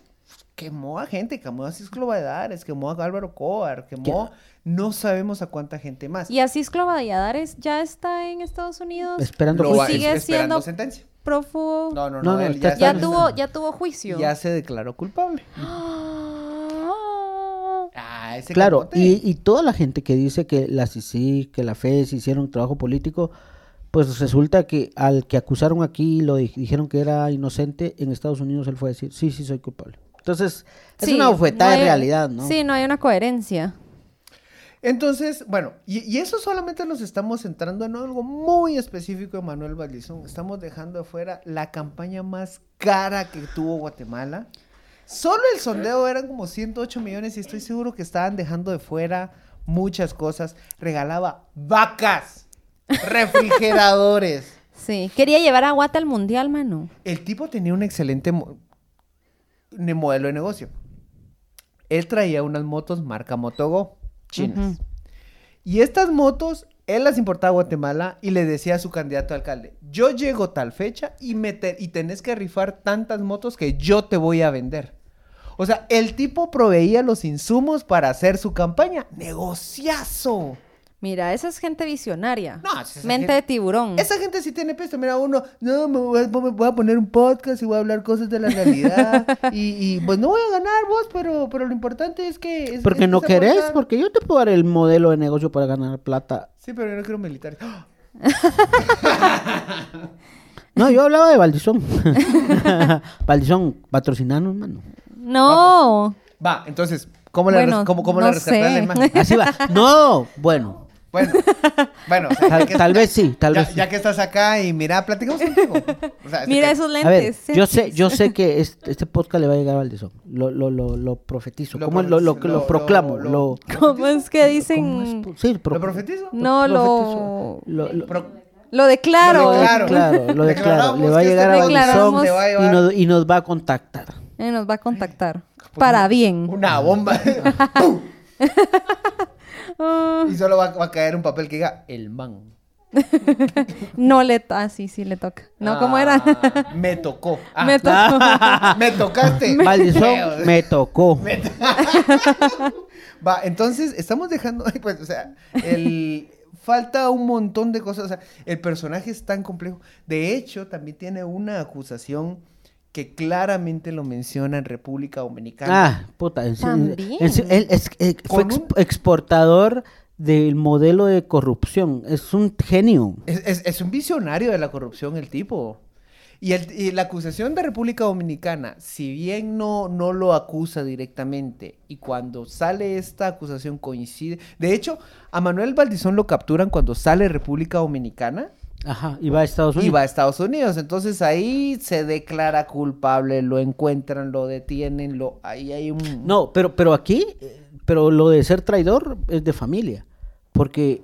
[SPEAKER 1] quemó a gente, quemó a Cisco Valladares, quemó a Álvaro Cobar, quemó. No sabemos a cuánta gente más.
[SPEAKER 2] [laughs] y así Isclo Valladares ya está en Estados Unidos.
[SPEAKER 4] Esperando
[SPEAKER 1] Lo va-
[SPEAKER 4] juicio.
[SPEAKER 2] sigue
[SPEAKER 1] es- esperando
[SPEAKER 2] siendo-
[SPEAKER 1] sentencia.
[SPEAKER 2] Prófugo.
[SPEAKER 1] No, no, no.
[SPEAKER 4] No, no,
[SPEAKER 1] él
[SPEAKER 4] está-
[SPEAKER 1] ya,
[SPEAKER 2] ya,
[SPEAKER 1] está-
[SPEAKER 2] tuvo, ya tuvo juicio.
[SPEAKER 1] ya se declaró culpable.
[SPEAKER 2] Ah.
[SPEAKER 1] Ah, ese
[SPEAKER 4] Claro,
[SPEAKER 1] capote.
[SPEAKER 4] y, y toda la gente que dice que la CICI, que la FES hicieron trabajo político, pues resulta que al que acusaron aquí lo di- dijeron que era inocente, en Estados Unidos él fue a decir, sí, sí, soy culpable. Entonces, es
[SPEAKER 2] Sí,
[SPEAKER 4] una bofetada
[SPEAKER 2] no
[SPEAKER 4] de
[SPEAKER 2] hay-
[SPEAKER 4] realidad, ¿no?
[SPEAKER 2] Sí, no hay una coherencia.
[SPEAKER 1] Entonces, bueno, y, y eso solamente nos estamos centrando en algo muy específico de Manuel Valdizón. Estamos dejando afuera la campaña más cara que tuvo Guatemala. Solo el sondeo eran como 108 millones y estoy seguro que estaban dejando de fuera muchas cosas. Regalaba vacas, refrigeradores.
[SPEAKER 2] Sí, quería llevar a Guata al mundial, mano.
[SPEAKER 1] El tipo tenía un excelente mo- ne- modelo de negocio. Él traía unas motos marca Motogo, chinas.
[SPEAKER 2] Ujú.
[SPEAKER 1] Y estas motos, él las importaba a Guatemala y le decía a su candidato a alcalde, yo llego tal fecha y, me te- y tenés que rifar tantas motos que yo te voy a vender. O sea, el tipo proveía los insumos para hacer su campaña. ¡Negociazo!
[SPEAKER 2] Mira, esa es gente visionaria.
[SPEAKER 1] No, esa es
[SPEAKER 2] Mente
[SPEAKER 1] gente-
[SPEAKER 2] de tiburón.
[SPEAKER 1] Esa gente sí tiene pesto. Mira, uno, no, me voy, a- me voy a poner un podcast y voy a hablar cosas de la realidad.
[SPEAKER 4] [laughs]
[SPEAKER 1] y, y, pues no voy a ganar vos, pero, pero lo importante es que. es-
[SPEAKER 4] Porque
[SPEAKER 1] es
[SPEAKER 4] no querés,
[SPEAKER 1] aportar.
[SPEAKER 4] porque yo te puedo dar el modelo de negocio para ganar plata.
[SPEAKER 1] Sí, pero yo no quiero militar. ¡Ah!
[SPEAKER 4] No, yo hablaba de Valdizón. Valdizón, patrocinanos, hermano.
[SPEAKER 2] No.
[SPEAKER 1] Va, entonces, ¿cómo la, res-
[SPEAKER 2] Bueno,
[SPEAKER 1] cómo, cómo
[SPEAKER 2] no
[SPEAKER 1] la rescatas la
[SPEAKER 2] sé.
[SPEAKER 1] imagen?
[SPEAKER 4] Así va. No, bueno. [laughs]
[SPEAKER 1] Bueno, bueno. o sea, ya
[SPEAKER 4] Tal,
[SPEAKER 1] que-
[SPEAKER 4] tal vez sí, tal
[SPEAKER 1] ya,
[SPEAKER 4] vez sí.
[SPEAKER 1] ya que estás acá y mira, platicamos contigo. O sea,
[SPEAKER 2] Mira
[SPEAKER 1] pues, que-
[SPEAKER 2] esos
[SPEAKER 4] A
[SPEAKER 2] lentes.
[SPEAKER 4] ver, yo
[SPEAKER 2] sí.
[SPEAKER 4] sé, yo sé que este, este podcast le va a llegar a Valdizón. Lo, lo, lo, lo profetizo.
[SPEAKER 1] Lo
[SPEAKER 4] ¿Cómo es? lo, lo,
[SPEAKER 1] profetizo,
[SPEAKER 4] lo
[SPEAKER 1] lo-
[SPEAKER 4] proclamo?
[SPEAKER 1] lo-
[SPEAKER 4] Lo,
[SPEAKER 2] [laughs] ¿Cómo es que
[SPEAKER 4] ¿cómo es
[SPEAKER 2] dicen?
[SPEAKER 4] po- sí, pro-
[SPEAKER 1] ¿Lo profetizo?
[SPEAKER 2] Mm. No,
[SPEAKER 4] profetizo.
[SPEAKER 2] lo...
[SPEAKER 4] Lo- lo-
[SPEAKER 1] Pro-
[SPEAKER 2] Lo declaro.
[SPEAKER 1] Lo declaro.
[SPEAKER 4] Claro, lo declaro.
[SPEAKER 1] Declaramos
[SPEAKER 4] Le va a
[SPEAKER 1] que
[SPEAKER 4] llegar a
[SPEAKER 1] este
[SPEAKER 2] Declaramos.
[SPEAKER 4] Valdizón
[SPEAKER 1] le va a
[SPEAKER 4] y
[SPEAKER 1] llevar
[SPEAKER 4] nos, y nos va
[SPEAKER 1] [laughs]
[SPEAKER 4] a contactar.
[SPEAKER 2] Eh, nos va a contactar.
[SPEAKER 1] pues
[SPEAKER 2] Para bien.
[SPEAKER 1] una bomba.
[SPEAKER 2] Ah,
[SPEAKER 1] [laughs] y solo va, va a caer un papel que diga el man.
[SPEAKER 2] no le... Ah, sí, sí, le toca. No, ¿cómo era?
[SPEAKER 1] Ah, Me tocó. Ah,
[SPEAKER 2] [laughs] Me
[SPEAKER 1] [laughs]
[SPEAKER 2] tocó.
[SPEAKER 1] Me tocaste.
[SPEAKER 4] Valdizón me tocó.
[SPEAKER 1] Va, entonces estamos dejando, pues, o sea, el- falta un montón de cosas. O sea, el personaje es tan complejo. De hecho, también tiene una acusación que claramente lo menciona en República Dominicana.
[SPEAKER 4] Ah, puta. en-
[SPEAKER 2] También.
[SPEAKER 4] en- en- él es- eh, fue
[SPEAKER 1] Con
[SPEAKER 4] ex-
[SPEAKER 1] un-
[SPEAKER 4] exportador del modelo de corrupción. Es un genio.
[SPEAKER 1] Es, es- es un visionario de la corrupción el tipo. Y, el- y la acusación de República Dominicana, si bien no, no lo acusa directamente, y cuando sale esta acusación coincide... De hecho, a Manuel Valdizón lo capturan cuando sale República Dominicana.
[SPEAKER 4] Ajá, y va a Estados
[SPEAKER 1] Y
[SPEAKER 4] Unidos.
[SPEAKER 1] va a Estados Unidos. Entonces ahí se declara culpable, lo encuentran, lo detienen, lo... Ahí hay un...
[SPEAKER 4] No, pero, pero aquí, eh, pero lo de ser traidor es de familia. Porque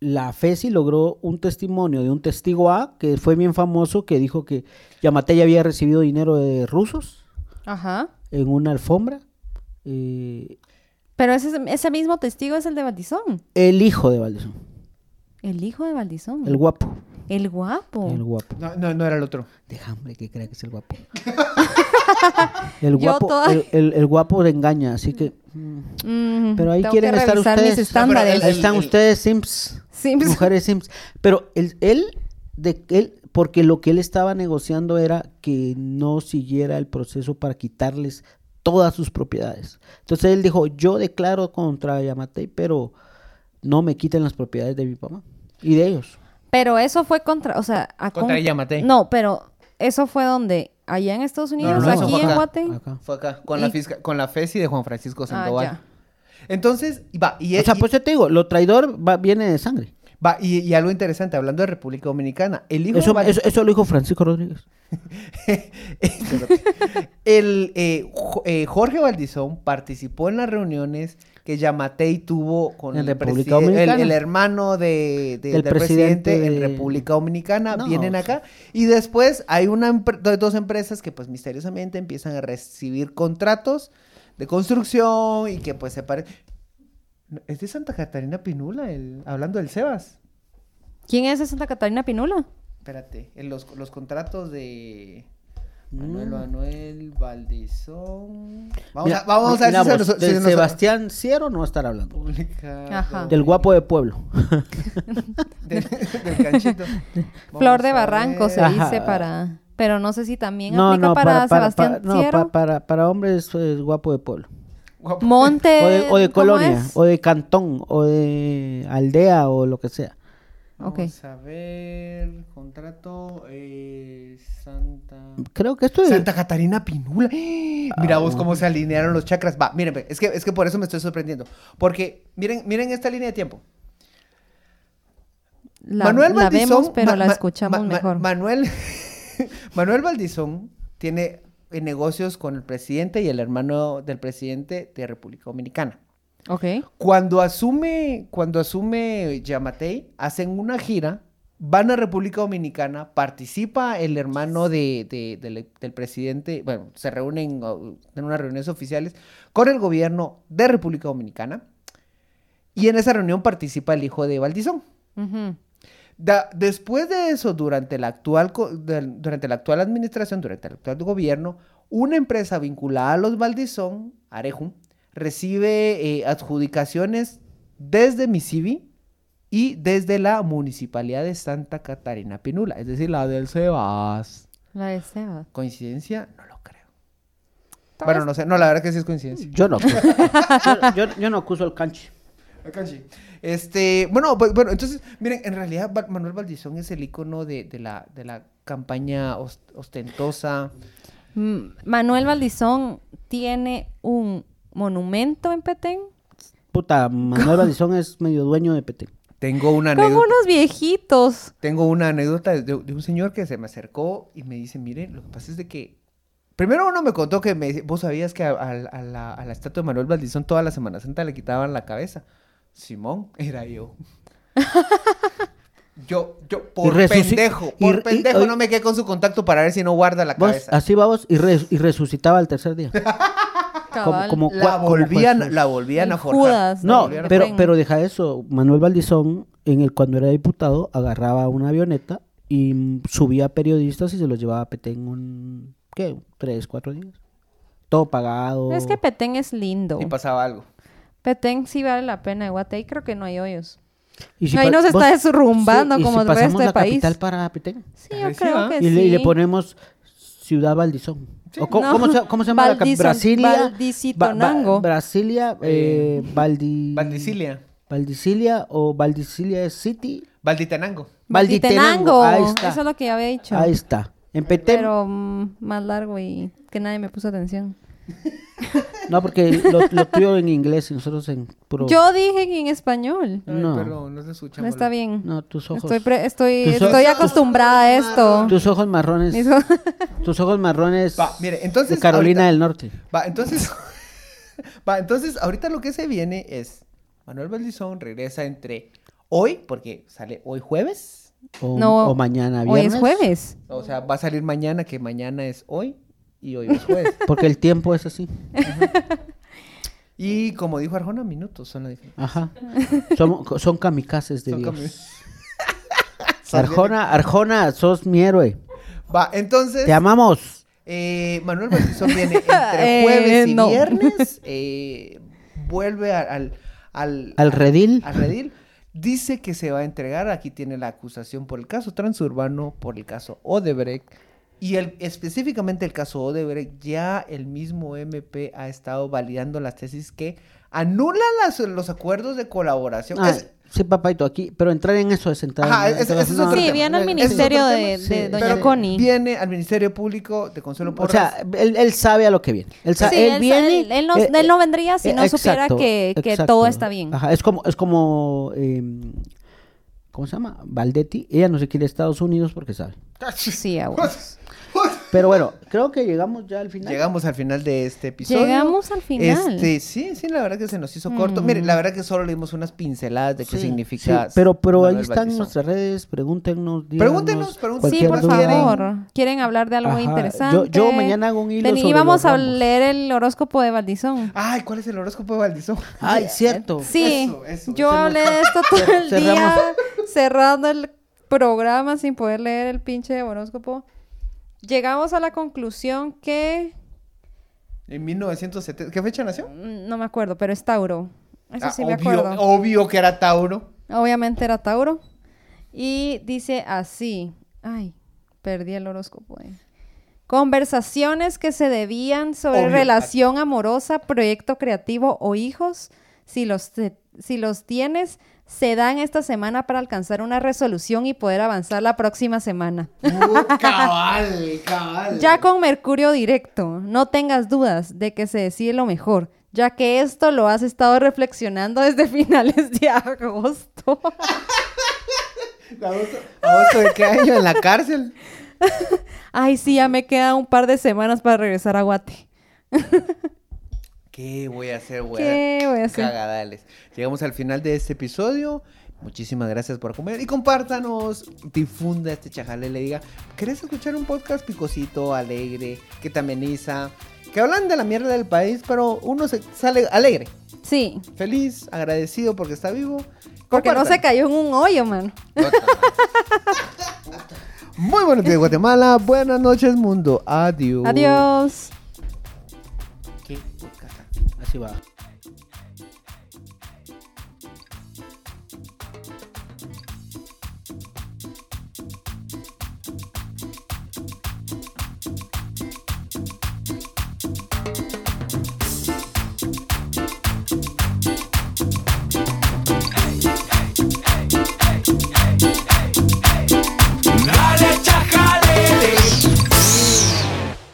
[SPEAKER 4] la FESI logró un testimonio de un testigo A que fue bien famoso que dijo que Yamate ya había recibido dinero de rusos
[SPEAKER 2] Ajá.
[SPEAKER 4] en una alfombra. Eh,
[SPEAKER 2] Pero ese, ese mismo testigo es el de Valdizón.
[SPEAKER 4] el hijo de Valdezón,
[SPEAKER 2] El hijo de Valdizón.
[SPEAKER 4] el
[SPEAKER 2] El,
[SPEAKER 4] guapo.
[SPEAKER 2] guapo.
[SPEAKER 4] El guapo.
[SPEAKER 1] No, no, no era el otro.
[SPEAKER 4] Deja, hombre, que crea que es el guapo. El
[SPEAKER 2] Yo
[SPEAKER 4] guapo,
[SPEAKER 2] toda-
[SPEAKER 4] [laughs] el, el- el guapo le engaña, así que... mm,
[SPEAKER 2] Mm,
[SPEAKER 4] Pero ahí
[SPEAKER 2] tengo
[SPEAKER 4] quieren
[SPEAKER 2] que
[SPEAKER 4] estar
[SPEAKER 2] revisar
[SPEAKER 4] ustedes.
[SPEAKER 2] mis
[SPEAKER 4] No,
[SPEAKER 1] pero
[SPEAKER 2] estándares.
[SPEAKER 1] el-
[SPEAKER 4] Ahí están
[SPEAKER 1] el-
[SPEAKER 4] ustedes, Sims.
[SPEAKER 2] Sims.
[SPEAKER 4] Mujeres Sims. Pero él, él, de, él, porque lo que él estaba negociando era que no siguiera el proceso para quitarles todas sus propiedades. Entonces él dijo, yo declaro contra Yamatei, pero no me quiten las propiedades de mi papá y de ellos.
[SPEAKER 2] Pero eso fue contra, o sea, a
[SPEAKER 1] Contra
[SPEAKER 2] con-
[SPEAKER 1] ella, Matei.
[SPEAKER 2] No, pero eso fue donde, allá en Estados Unidos,
[SPEAKER 1] no, eso
[SPEAKER 2] aquí
[SPEAKER 1] fue
[SPEAKER 2] en
[SPEAKER 1] acá,
[SPEAKER 2] Guate.
[SPEAKER 4] Acá. Ah,
[SPEAKER 1] Fue acá, con, la,
[SPEAKER 2] Y-
[SPEAKER 1] fisca- con la FESI de Juan Francisco Sandoval.
[SPEAKER 2] ya.
[SPEAKER 1] Entonces, y va, y,
[SPEAKER 4] O sea,
[SPEAKER 1] y-
[SPEAKER 4] pues yo te digo, lo traidor va- viene de sangre.
[SPEAKER 1] va, y- y algo interesante, hablando de República Dominicana, el hijo de
[SPEAKER 4] Eso,
[SPEAKER 1] Val-
[SPEAKER 4] eso, eso lo dijo Francisco Rodríguez.
[SPEAKER 1] [laughs] el, eh, Jo- eh, Jorge Valdizón participó en las reuniones que Yamatei tuvo con
[SPEAKER 4] En
[SPEAKER 1] el,
[SPEAKER 4] República
[SPEAKER 1] preside- el-
[SPEAKER 4] Dominicana.
[SPEAKER 1] el hermano de- de- del
[SPEAKER 4] Del
[SPEAKER 1] presidente,
[SPEAKER 4] presidente
[SPEAKER 1] en
[SPEAKER 4] de-
[SPEAKER 1] República Dominicana.
[SPEAKER 4] No,
[SPEAKER 1] vienen
[SPEAKER 4] sí.
[SPEAKER 1] acá. Y después hay una empre- do- dos empresas que pues misteriosamente empiezan a recibir contratos de construcción y que pues se parecen. Es de Santa Catarina Pinula, el- hablando del Sebas.
[SPEAKER 2] ¿Quién es de Santa Catarina Pinula?
[SPEAKER 1] Espérate, en los, los contratos de
[SPEAKER 4] Mm.
[SPEAKER 1] Manuel Manuel Valdizón. Vamos,
[SPEAKER 4] Mira,
[SPEAKER 1] a, vamos a ver
[SPEAKER 4] mira
[SPEAKER 1] si se
[SPEAKER 4] vos,
[SPEAKER 1] nos- si
[SPEAKER 4] de
[SPEAKER 1] nos-
[SPEAKER 4] Sebastián Ciero no va a estar hablando.
[SPEAKER 1] Publicado
[SPEAKER 2] Ajá.
[SPEAKER 4] Del guapo de pueblo.
[SPEAKER 1] de- del canchito.
[SPEAKER 4] [laughs]
[SPEAKER 2] Flor
[SPEAKER 1] Vamos
[SPEAKER 2] de
[SPEAKER 1] a
[SPEAKER 2] Barranco se
[SPEAKER 1] ver. Ah.
[SPEAKER 4] Ajá.
[SPEAKER 2] dice para... Pero no sé si también
[SPEAKER 4] [laughs]
[SPEAKER 2] aplica para, Sebastián
[SPEAKER 4] no,
[SPEAKER 2] Ciero.
[SPEAKER 4] pa- para, para hombres es guapo de pueblo.
[SPEAKER 1] Guapo.
[SPEAKER 2] Monte...
[SPEAKER 4] O de, o de
[SPEAKER 2] Eh, ¿cómo
[SPEAKER 4] colonia,
[SPEAKER 2] es?
[SPEAKER 4] o de cantón, o de aldea, o lo que sea.
[SPEAKER 2] Ok.
[SPEAKER 1] Vamos a ver. Contrato. eh, Santa.
[SPEAKER 4] Creo que esto es...
[SPEAKER 1] Santa Catarina Pinula. ¡Eh! Mira
[SPEAKER 4] Ah,
[SPEAKER 1] vos cómo se alinearon los chakras. Va, miren, es que, es que por eso me estoy sorprendiendo. Porque, miren, miren esta línea de tiempo.
[SPEAKER 2] La,
[SPEAKER 1] Manuel
[SPEAKER 2] la
[SPEAKER 1] Valdizón,
[SPEAKER 2] vemos, pero
[SPEAKER 1] Ma-
[SPEAKER 2] la
[SPEAKER 1] Ma-
[SPEAKER 2] escuchamos
[SPEAKER 1] Ma- Ma-
[SPEAKER 2] mejor.
[SPEAKER 1] Manuel, [laughs] Manuel Valdizón tiene eh, negocios con el presidente y el hermano del presidente de República Dominicana.
[SPEAKER 2] ok.
[SPEAKER 1] Cuando asume, cuando asume Yamatei, hacen una gira, van a República Dominicana, participa el hermano de, de- del, del presidente, bueno, se reúnen o, en unas reuniones oficiales con el gobierno de República Dominicana y en esa reunión participa el hijo de Valdizón.
[SPEAKER 2] Ujú.
[SPEAKER 1] Da- después de eso, durante la, actual, co- del- durante la actual administración, durante el actual gobierno, una empresa vinculada a los Valdizón, Arejum, recibe eh, adjudicaciones desde Misivi y desde la municipalidad de Santa Catarina Pinula, es decir, la del Sebas.
[SPEAKER 2] La de Sebas.
[SPEAKER 1] ¿Coincidencia? No lo creo. Bueno, no sé, no, la verdad que sí es coincidencia.
[SPEAKER 4] Yo no. acuso. [laughs] yo, yo- yo no acuso al canche.
[SPEAKER 1] Este, bueno, bu- bueno, entonces, miren, en realidad Ba- Manuel Valdizón es el icono de, de la, de la campaña os- ostentosa.
[SPEAKER 2] Mm, Manuel Valdizón tiene un monumento en Petén
[SPEAKER 1] [laughs]
[SPEAKER 4] Puta, Manuel Valdizón es medio dueño de PT.
[SPEAKER 1] Tengo una
[SPEAKER 2] con
[SPEAKER 1] anécdota.
[SPEAKER 2] unos viejitos.
[SPEAKER 1] Tengo una anécdota de, de un señor que se me acercó y me dice, miren, lo que pasa es de que... Primero uno me contó que me, dice, vos sabías que a, a la- a la, a la estatua de Manuel Valdizón toda la Semana Santa le quitaban la cabeza. Simón, era yo.
[SPEAKER 4] [laughs]
[SPEAKER 1] yo, yo, por
[SPEAKER 4] resuci-
[SPEAKER 1] pendejo,
[SPEAKER 4] y
[SPEAKER 1] por
[SPEAKER 4] re- y-
[SPEAKER 1] pendejo
[SPEAKER 4] oy-
[SPEAKER 1] no me quedé con su contacto para ver si no guarda la
[SPEAKER 4] Vos,
[SPEAKER 1] cabeza.
[SPEAKER 4] así vamos y, res- y resucitaba al tercer día.
[SPEAKER 2] Cabal.
[SPEAKER 4] como-
[SPEAKER 1] La
[SPEAKER 4] cua- como
[SPEAKER 1] volvían,
[SPEAKER 4] Jesús.
[SPEAKER 1] la volvían
[SPEAKER 2] El
[SPEAKER 1] a forjar.
[SPEAKER 2] Judas,
[SPEAKER 1] La volvían a
[SPEAKER 4] No,
[SPEAKER 2] Volvieron.
[SPEAKER 4] pero,
[SPEAKER 2] Ven.
[SPEAKER 4] pero deja eso. Manuel Valdizón, en el, cuando era diputado, agarraba una avioneta y mm, subía periodistas y se los llevaba a Petén un, ¿qué? Tres, cuatro días. Todo pagado.
[SPEAKER 2] Es que Petén es lindo.
[SPEAKER 1] forjar. Y pasaba algo.
[SPEAKER 2] Petén sí vale la pena. Guate, y creo que no hay hoyos.
[SPEAKER 4] Y
[SPEAKER 2] ahí
[SPEAKER 4] pa-
[SPEAKER 2] nos está desrumbando
[SPEAKER 4] y
[SPEAKER 2] como el
[SPEAKER 4] pasamos
[SPEAKER 2] resto de
[SPEAKER 4] la
[SPEAKER 2] país.
[SPEAKER 4] capital para Petén.
[SPEAKER 2] Sí, yo
[SPEAKER 1] Sí,
[SPEAKER 2] creo
[SPEAKER 1] ¿va?
[SPEAKER 2] que
[SPEAKER 4] Y,
[SPEAKER 2] sí.
[SPEAKER 4] le, y le ponemos Ciudad Valdizón. O co-
[SPEAKER 2] no.
[SPEAKER 4] ¿cómo, se, cómo se llama la
[SPEAKER 2] Valdizon-
[SPEAKER 4] capital? Brasilia.
[SPEAKER 2] Valdicitonango.
[SPEAKER 4] Brasilia, eh, Valdi-
[SPEAKER 1] Valdicilia.
[SPEAKER 4] Valdicilia o Valdicilia City.
[SPEAKER 1] Valditenango.
[SPEAKER 2] Valditenango.
[SPEAKER 4] Ahí está.
[SPEAKER 2] Eso es lo que ya había dicho.
[SPEAKER 4] Ahí está. En Petén.
[SPEAKER 2] Pero mm, más largo y que nadie me puso atención.
[SPEAKER 4] No, porque lo, lo tuyo en inglés y nosotros en puro.
[SPEAKER 2] Yo dije que en español.
[SPEAKER 1] Ay,
[SPEAKER 4] No.
[SPEAKER 1] perdón, no se escucha.
[SPEAKER 2] No está bien.
[SPEAKER 4] No, tus ojos.
[SPEAKER 2] Estoy, pre- estoy,
[SPEAKER 4] Tus ojos-
[SPEAKER 2] estoy acostumbrada a esto.
[SPEAKER 4] Tus ojos marrones.
[SPEAKER 2] Mis
[SPEAKER 4] [laughs]
[SPEAKER 2] ojos-
[SPEAKER 4] Tus ojos marrones.
[SPEAKER 1] Va, mire, entonces,
[SPEAKER 4] De Carolina
[SPEAKER 1] ahorita-
[SPEAKER 4] del Norte.
[SPEAKER 1] Va, entonces. [laughs] va, entonces, ahorita lo que se viene es. Manuel Valdizón regresa entre hoy, porque sale hoy jueves.
[SPEAKER 4] O,
[SPEAKER 2] No,
[SPEAKER 4] o mañana
[SPEAKER 2] Hoy
[SPEAKER 4] viernes.
[SPEAKER 2] es jueves.
[SPEAKER 1] O sea, va a salir mañana, que mañana es hoy. Y hoy es
[SPEAKER 4] [laughs]
[SPEAKER 1] jueves.
[SPEAKER 4] Porque el tiempo es así.
[SPEAKER 1] y como dijo Arjona, minutos son la diferencia.
[SPEAKER 2] [laughs]
[SPEAKER 4] Ajá. Somos- son kamikazes de
[SPEAKER 1] Son
[SPEAKER 4] Dios.
[SPEAKER 1] como-
[SPEAKER 4] Arjona, Arjona, sos mi héroe.
[SPEAKER 1] [laughs] Va, entonces.
[SPEAKER 4] Te amamos.
[SPEAKER 1] Eh, Manuel Valdizón
[SPEAKER 2] [laughs]
[SPEAKER 1] viene entre
[SPEAKER 2] Eh,
[SPEAKER 1] jueves y
[SPEAKER 2] no. [laughs]
[SPEAKER 1] viernes. eh, vuelve a- al, al,
[SPEAKER 4] Al redil.
[SPEAKER 1] al redil. Dice que se va a entregar. Aquí tiene la acusación por el caso transurbano, por el caso Odebrecht. Y el- específicamente el caso Odebrecht, ya el mismo MP ha estado validando las tesis que anulan las- los acuerdos de colaboración.
[SPEAKER 4] Ah,
[SPEAKER 1] Es-
[SPEAKER 4] sí, papaito, aquí. Pero entrar en eso es entrar.
[SPEAKER 1] Ajá,
[SPEAKER 4] en-
[SPEAKER 1] ese- ese es
[SPEAKER 4] no,
[SPEAKER 1] otro
[SPEAKER 2] Sí,
[SPEAKER 1] tema.
[SPEAKER 2] viene al
[SPEAKER 1] Ese es otro
[SPEAKER 2] ministerio de,
[SPEAKER 4] tema.
[SPEAKER 2] de
[SPEAKER 4] Sí,
[SPEAKER 2] doña
[SPEAKER 1] pero
[SPEAKER 2] Connie.
[SPEAKER 1] viene al Ministerio Público de Consuelo
[SPEAKER 4] O
[SPEAKER 1] Porras.
[SPEAKER 4] sea, él, él sabe a lo que viene. Él, sa-
[SPEAKER 2] Sí,
[SPEAKER 4] él
[SPEAKER 2] él sa-
[SPEAKER 4] viene.
[SPEAKER 2] él- él no-
[SPEAKER 4] eh,
[SPEAKER 2] él no vendría si no supiera
[SPEAKER 4] exacto,
[SPEAKER 2] que- que
[SPEAKER 4] exacto.
[SPEAKER 2] todo está bien.
[SPEAKER 4] Ajá, es como, es como eh, ¿cómo se llama? Valdetti. Ella no se quiere a Estados Unidos porque sabe.
[SPEAKER 2] Sí, a huevos.
[SPEAKER 4] Pero bueno, creo que llegamos ya al final.
[SPEAKER 1] Llegamos al final de este episodio.
[SPEAKER 2] Llegamos al final. Mm.
[SPEAKER 1] Este, sí, sí, la verdad que se nos hizo corto. Mire, la verdad que solo le dimos unas pinceladas de qué
[SPEAKER 4] Sí,
[SPEAKER 1] significa.
[SPEAKER 4] sí, pero pero ahí
[SPEAKER 1] Manuel
[SPEAKER 4] están
[SPEAKER 1] Valdizón.
[SPEAKER 4] nuestras redes, pregúntenos. díganos
[SPEAKER 1] Pregúntenos, pregúntenos.
[SPEAKER 2] Sí,
[SPEAKER 4] cualquier
[SPEAKER 2] por
[SPEAKER 4] duda.
[SPEAKER 2] favor. ¿Quieren hablar de algo
[SPEAKER 4] Ajá, yo-
[SPEAKER 2] interesante?
[SPEAKER 4] yo mañana hago un hilo
[SPEAKER 2] Vení,
[SPEAKER 4] sobre
[SPEAKER 2] vamos
[SPEAKER 4] los
[SPEAKER 2] a
[SPEAKER 4] ramos.
[SPEAKER 2] leer el horóscopo de Valdizón.
[SPEAKER 1] Ay, ¿cuál es el horóscopo de Valdizón?
[SPEAKER 4] [laughs] Ay, cierto.
[SPEAKER 2] Sí,
[SPEAKER 1] Eso, eso,
[SPEAKER 2] yo
[SPEAKER 1] ese
[SPEAKER 2] hablé de esto todo el día,
[SPEAKER 4] [laughs] Cerramos.
[SPEAKER 2] cerrando el programa sin poder leer el pinche horóscopo. Llegamos a la conclusión que
[SPEAKER 1] En 1970. ¿Qué fecha nació?
[SPEAKER 2] mm, no me acuerdo, pero es Tauro. Eso
[SPEAKER 1] Ah,
[SPEAKER 2] sí me
[SPEAKER 1] obvio,
[SPEAKER 2] acuerdo.
[SPEAKER 1] obvio que era Tauro.
[SPEAKER 2] Obviamente era Tauro. Y dice así. Ay, perdí el horóscopo. eh. Conversaciones que se debían sobre
[SPEAKER 1] Obvio.
[SPEAKER 2] relación amorosa, proyecto creativo o hijos, si los, te- si los tienes, se dan esta semana para alcanzar una resolución y poder avanzar la próxima semana. [laughs]
[SPEAKER 1] Uh, cabal, cabal.
[SPEAKER 2] Ya con Mercurio directo, no tengas dudas de que se decide lo mejor, ya que esto lo has estado reflexionando desde [laughs] finales de agosto.
[SPEAKER 1] ¿Agosto, agosto de qué año? ¿En la cárcel?
[SPEAKER 2] Ay, sí, ya me queda un par de semanas para regresar a Guate.
[SPEAKER 1] ¿Qué voy a hacer, güey?
[SPEAKER 2] ¿Qué voy a hacer?
[SPEAKER 1] Cagadales. Llegamos al final de este episodio. Muchísimas gracias por comer y compártanos, difunda este chajale, le diga, ¿querés escuchar un podcast picosito, alegre, que te ameniza? Que hablan de la mierda del país, pero uno se sale alegre,
[SPEAKER 2] Sí,
[SPEAKER 1] feliz, agradecido porque está vivo.
[SPEAKER 2] porque no se
[SPEAKER 1] Compártanlo.
[SPEAKER 2] cayó en un hoyo, man.
[SPEAKER 1] [laughs] Muy buenos días, Guatemala. Buenas noches, mundo. Adiós.
[SPEAKER 2] Adiós.
[SPEAKER 1] ¿Qué podcast?
[SPEAKER 4] Así va.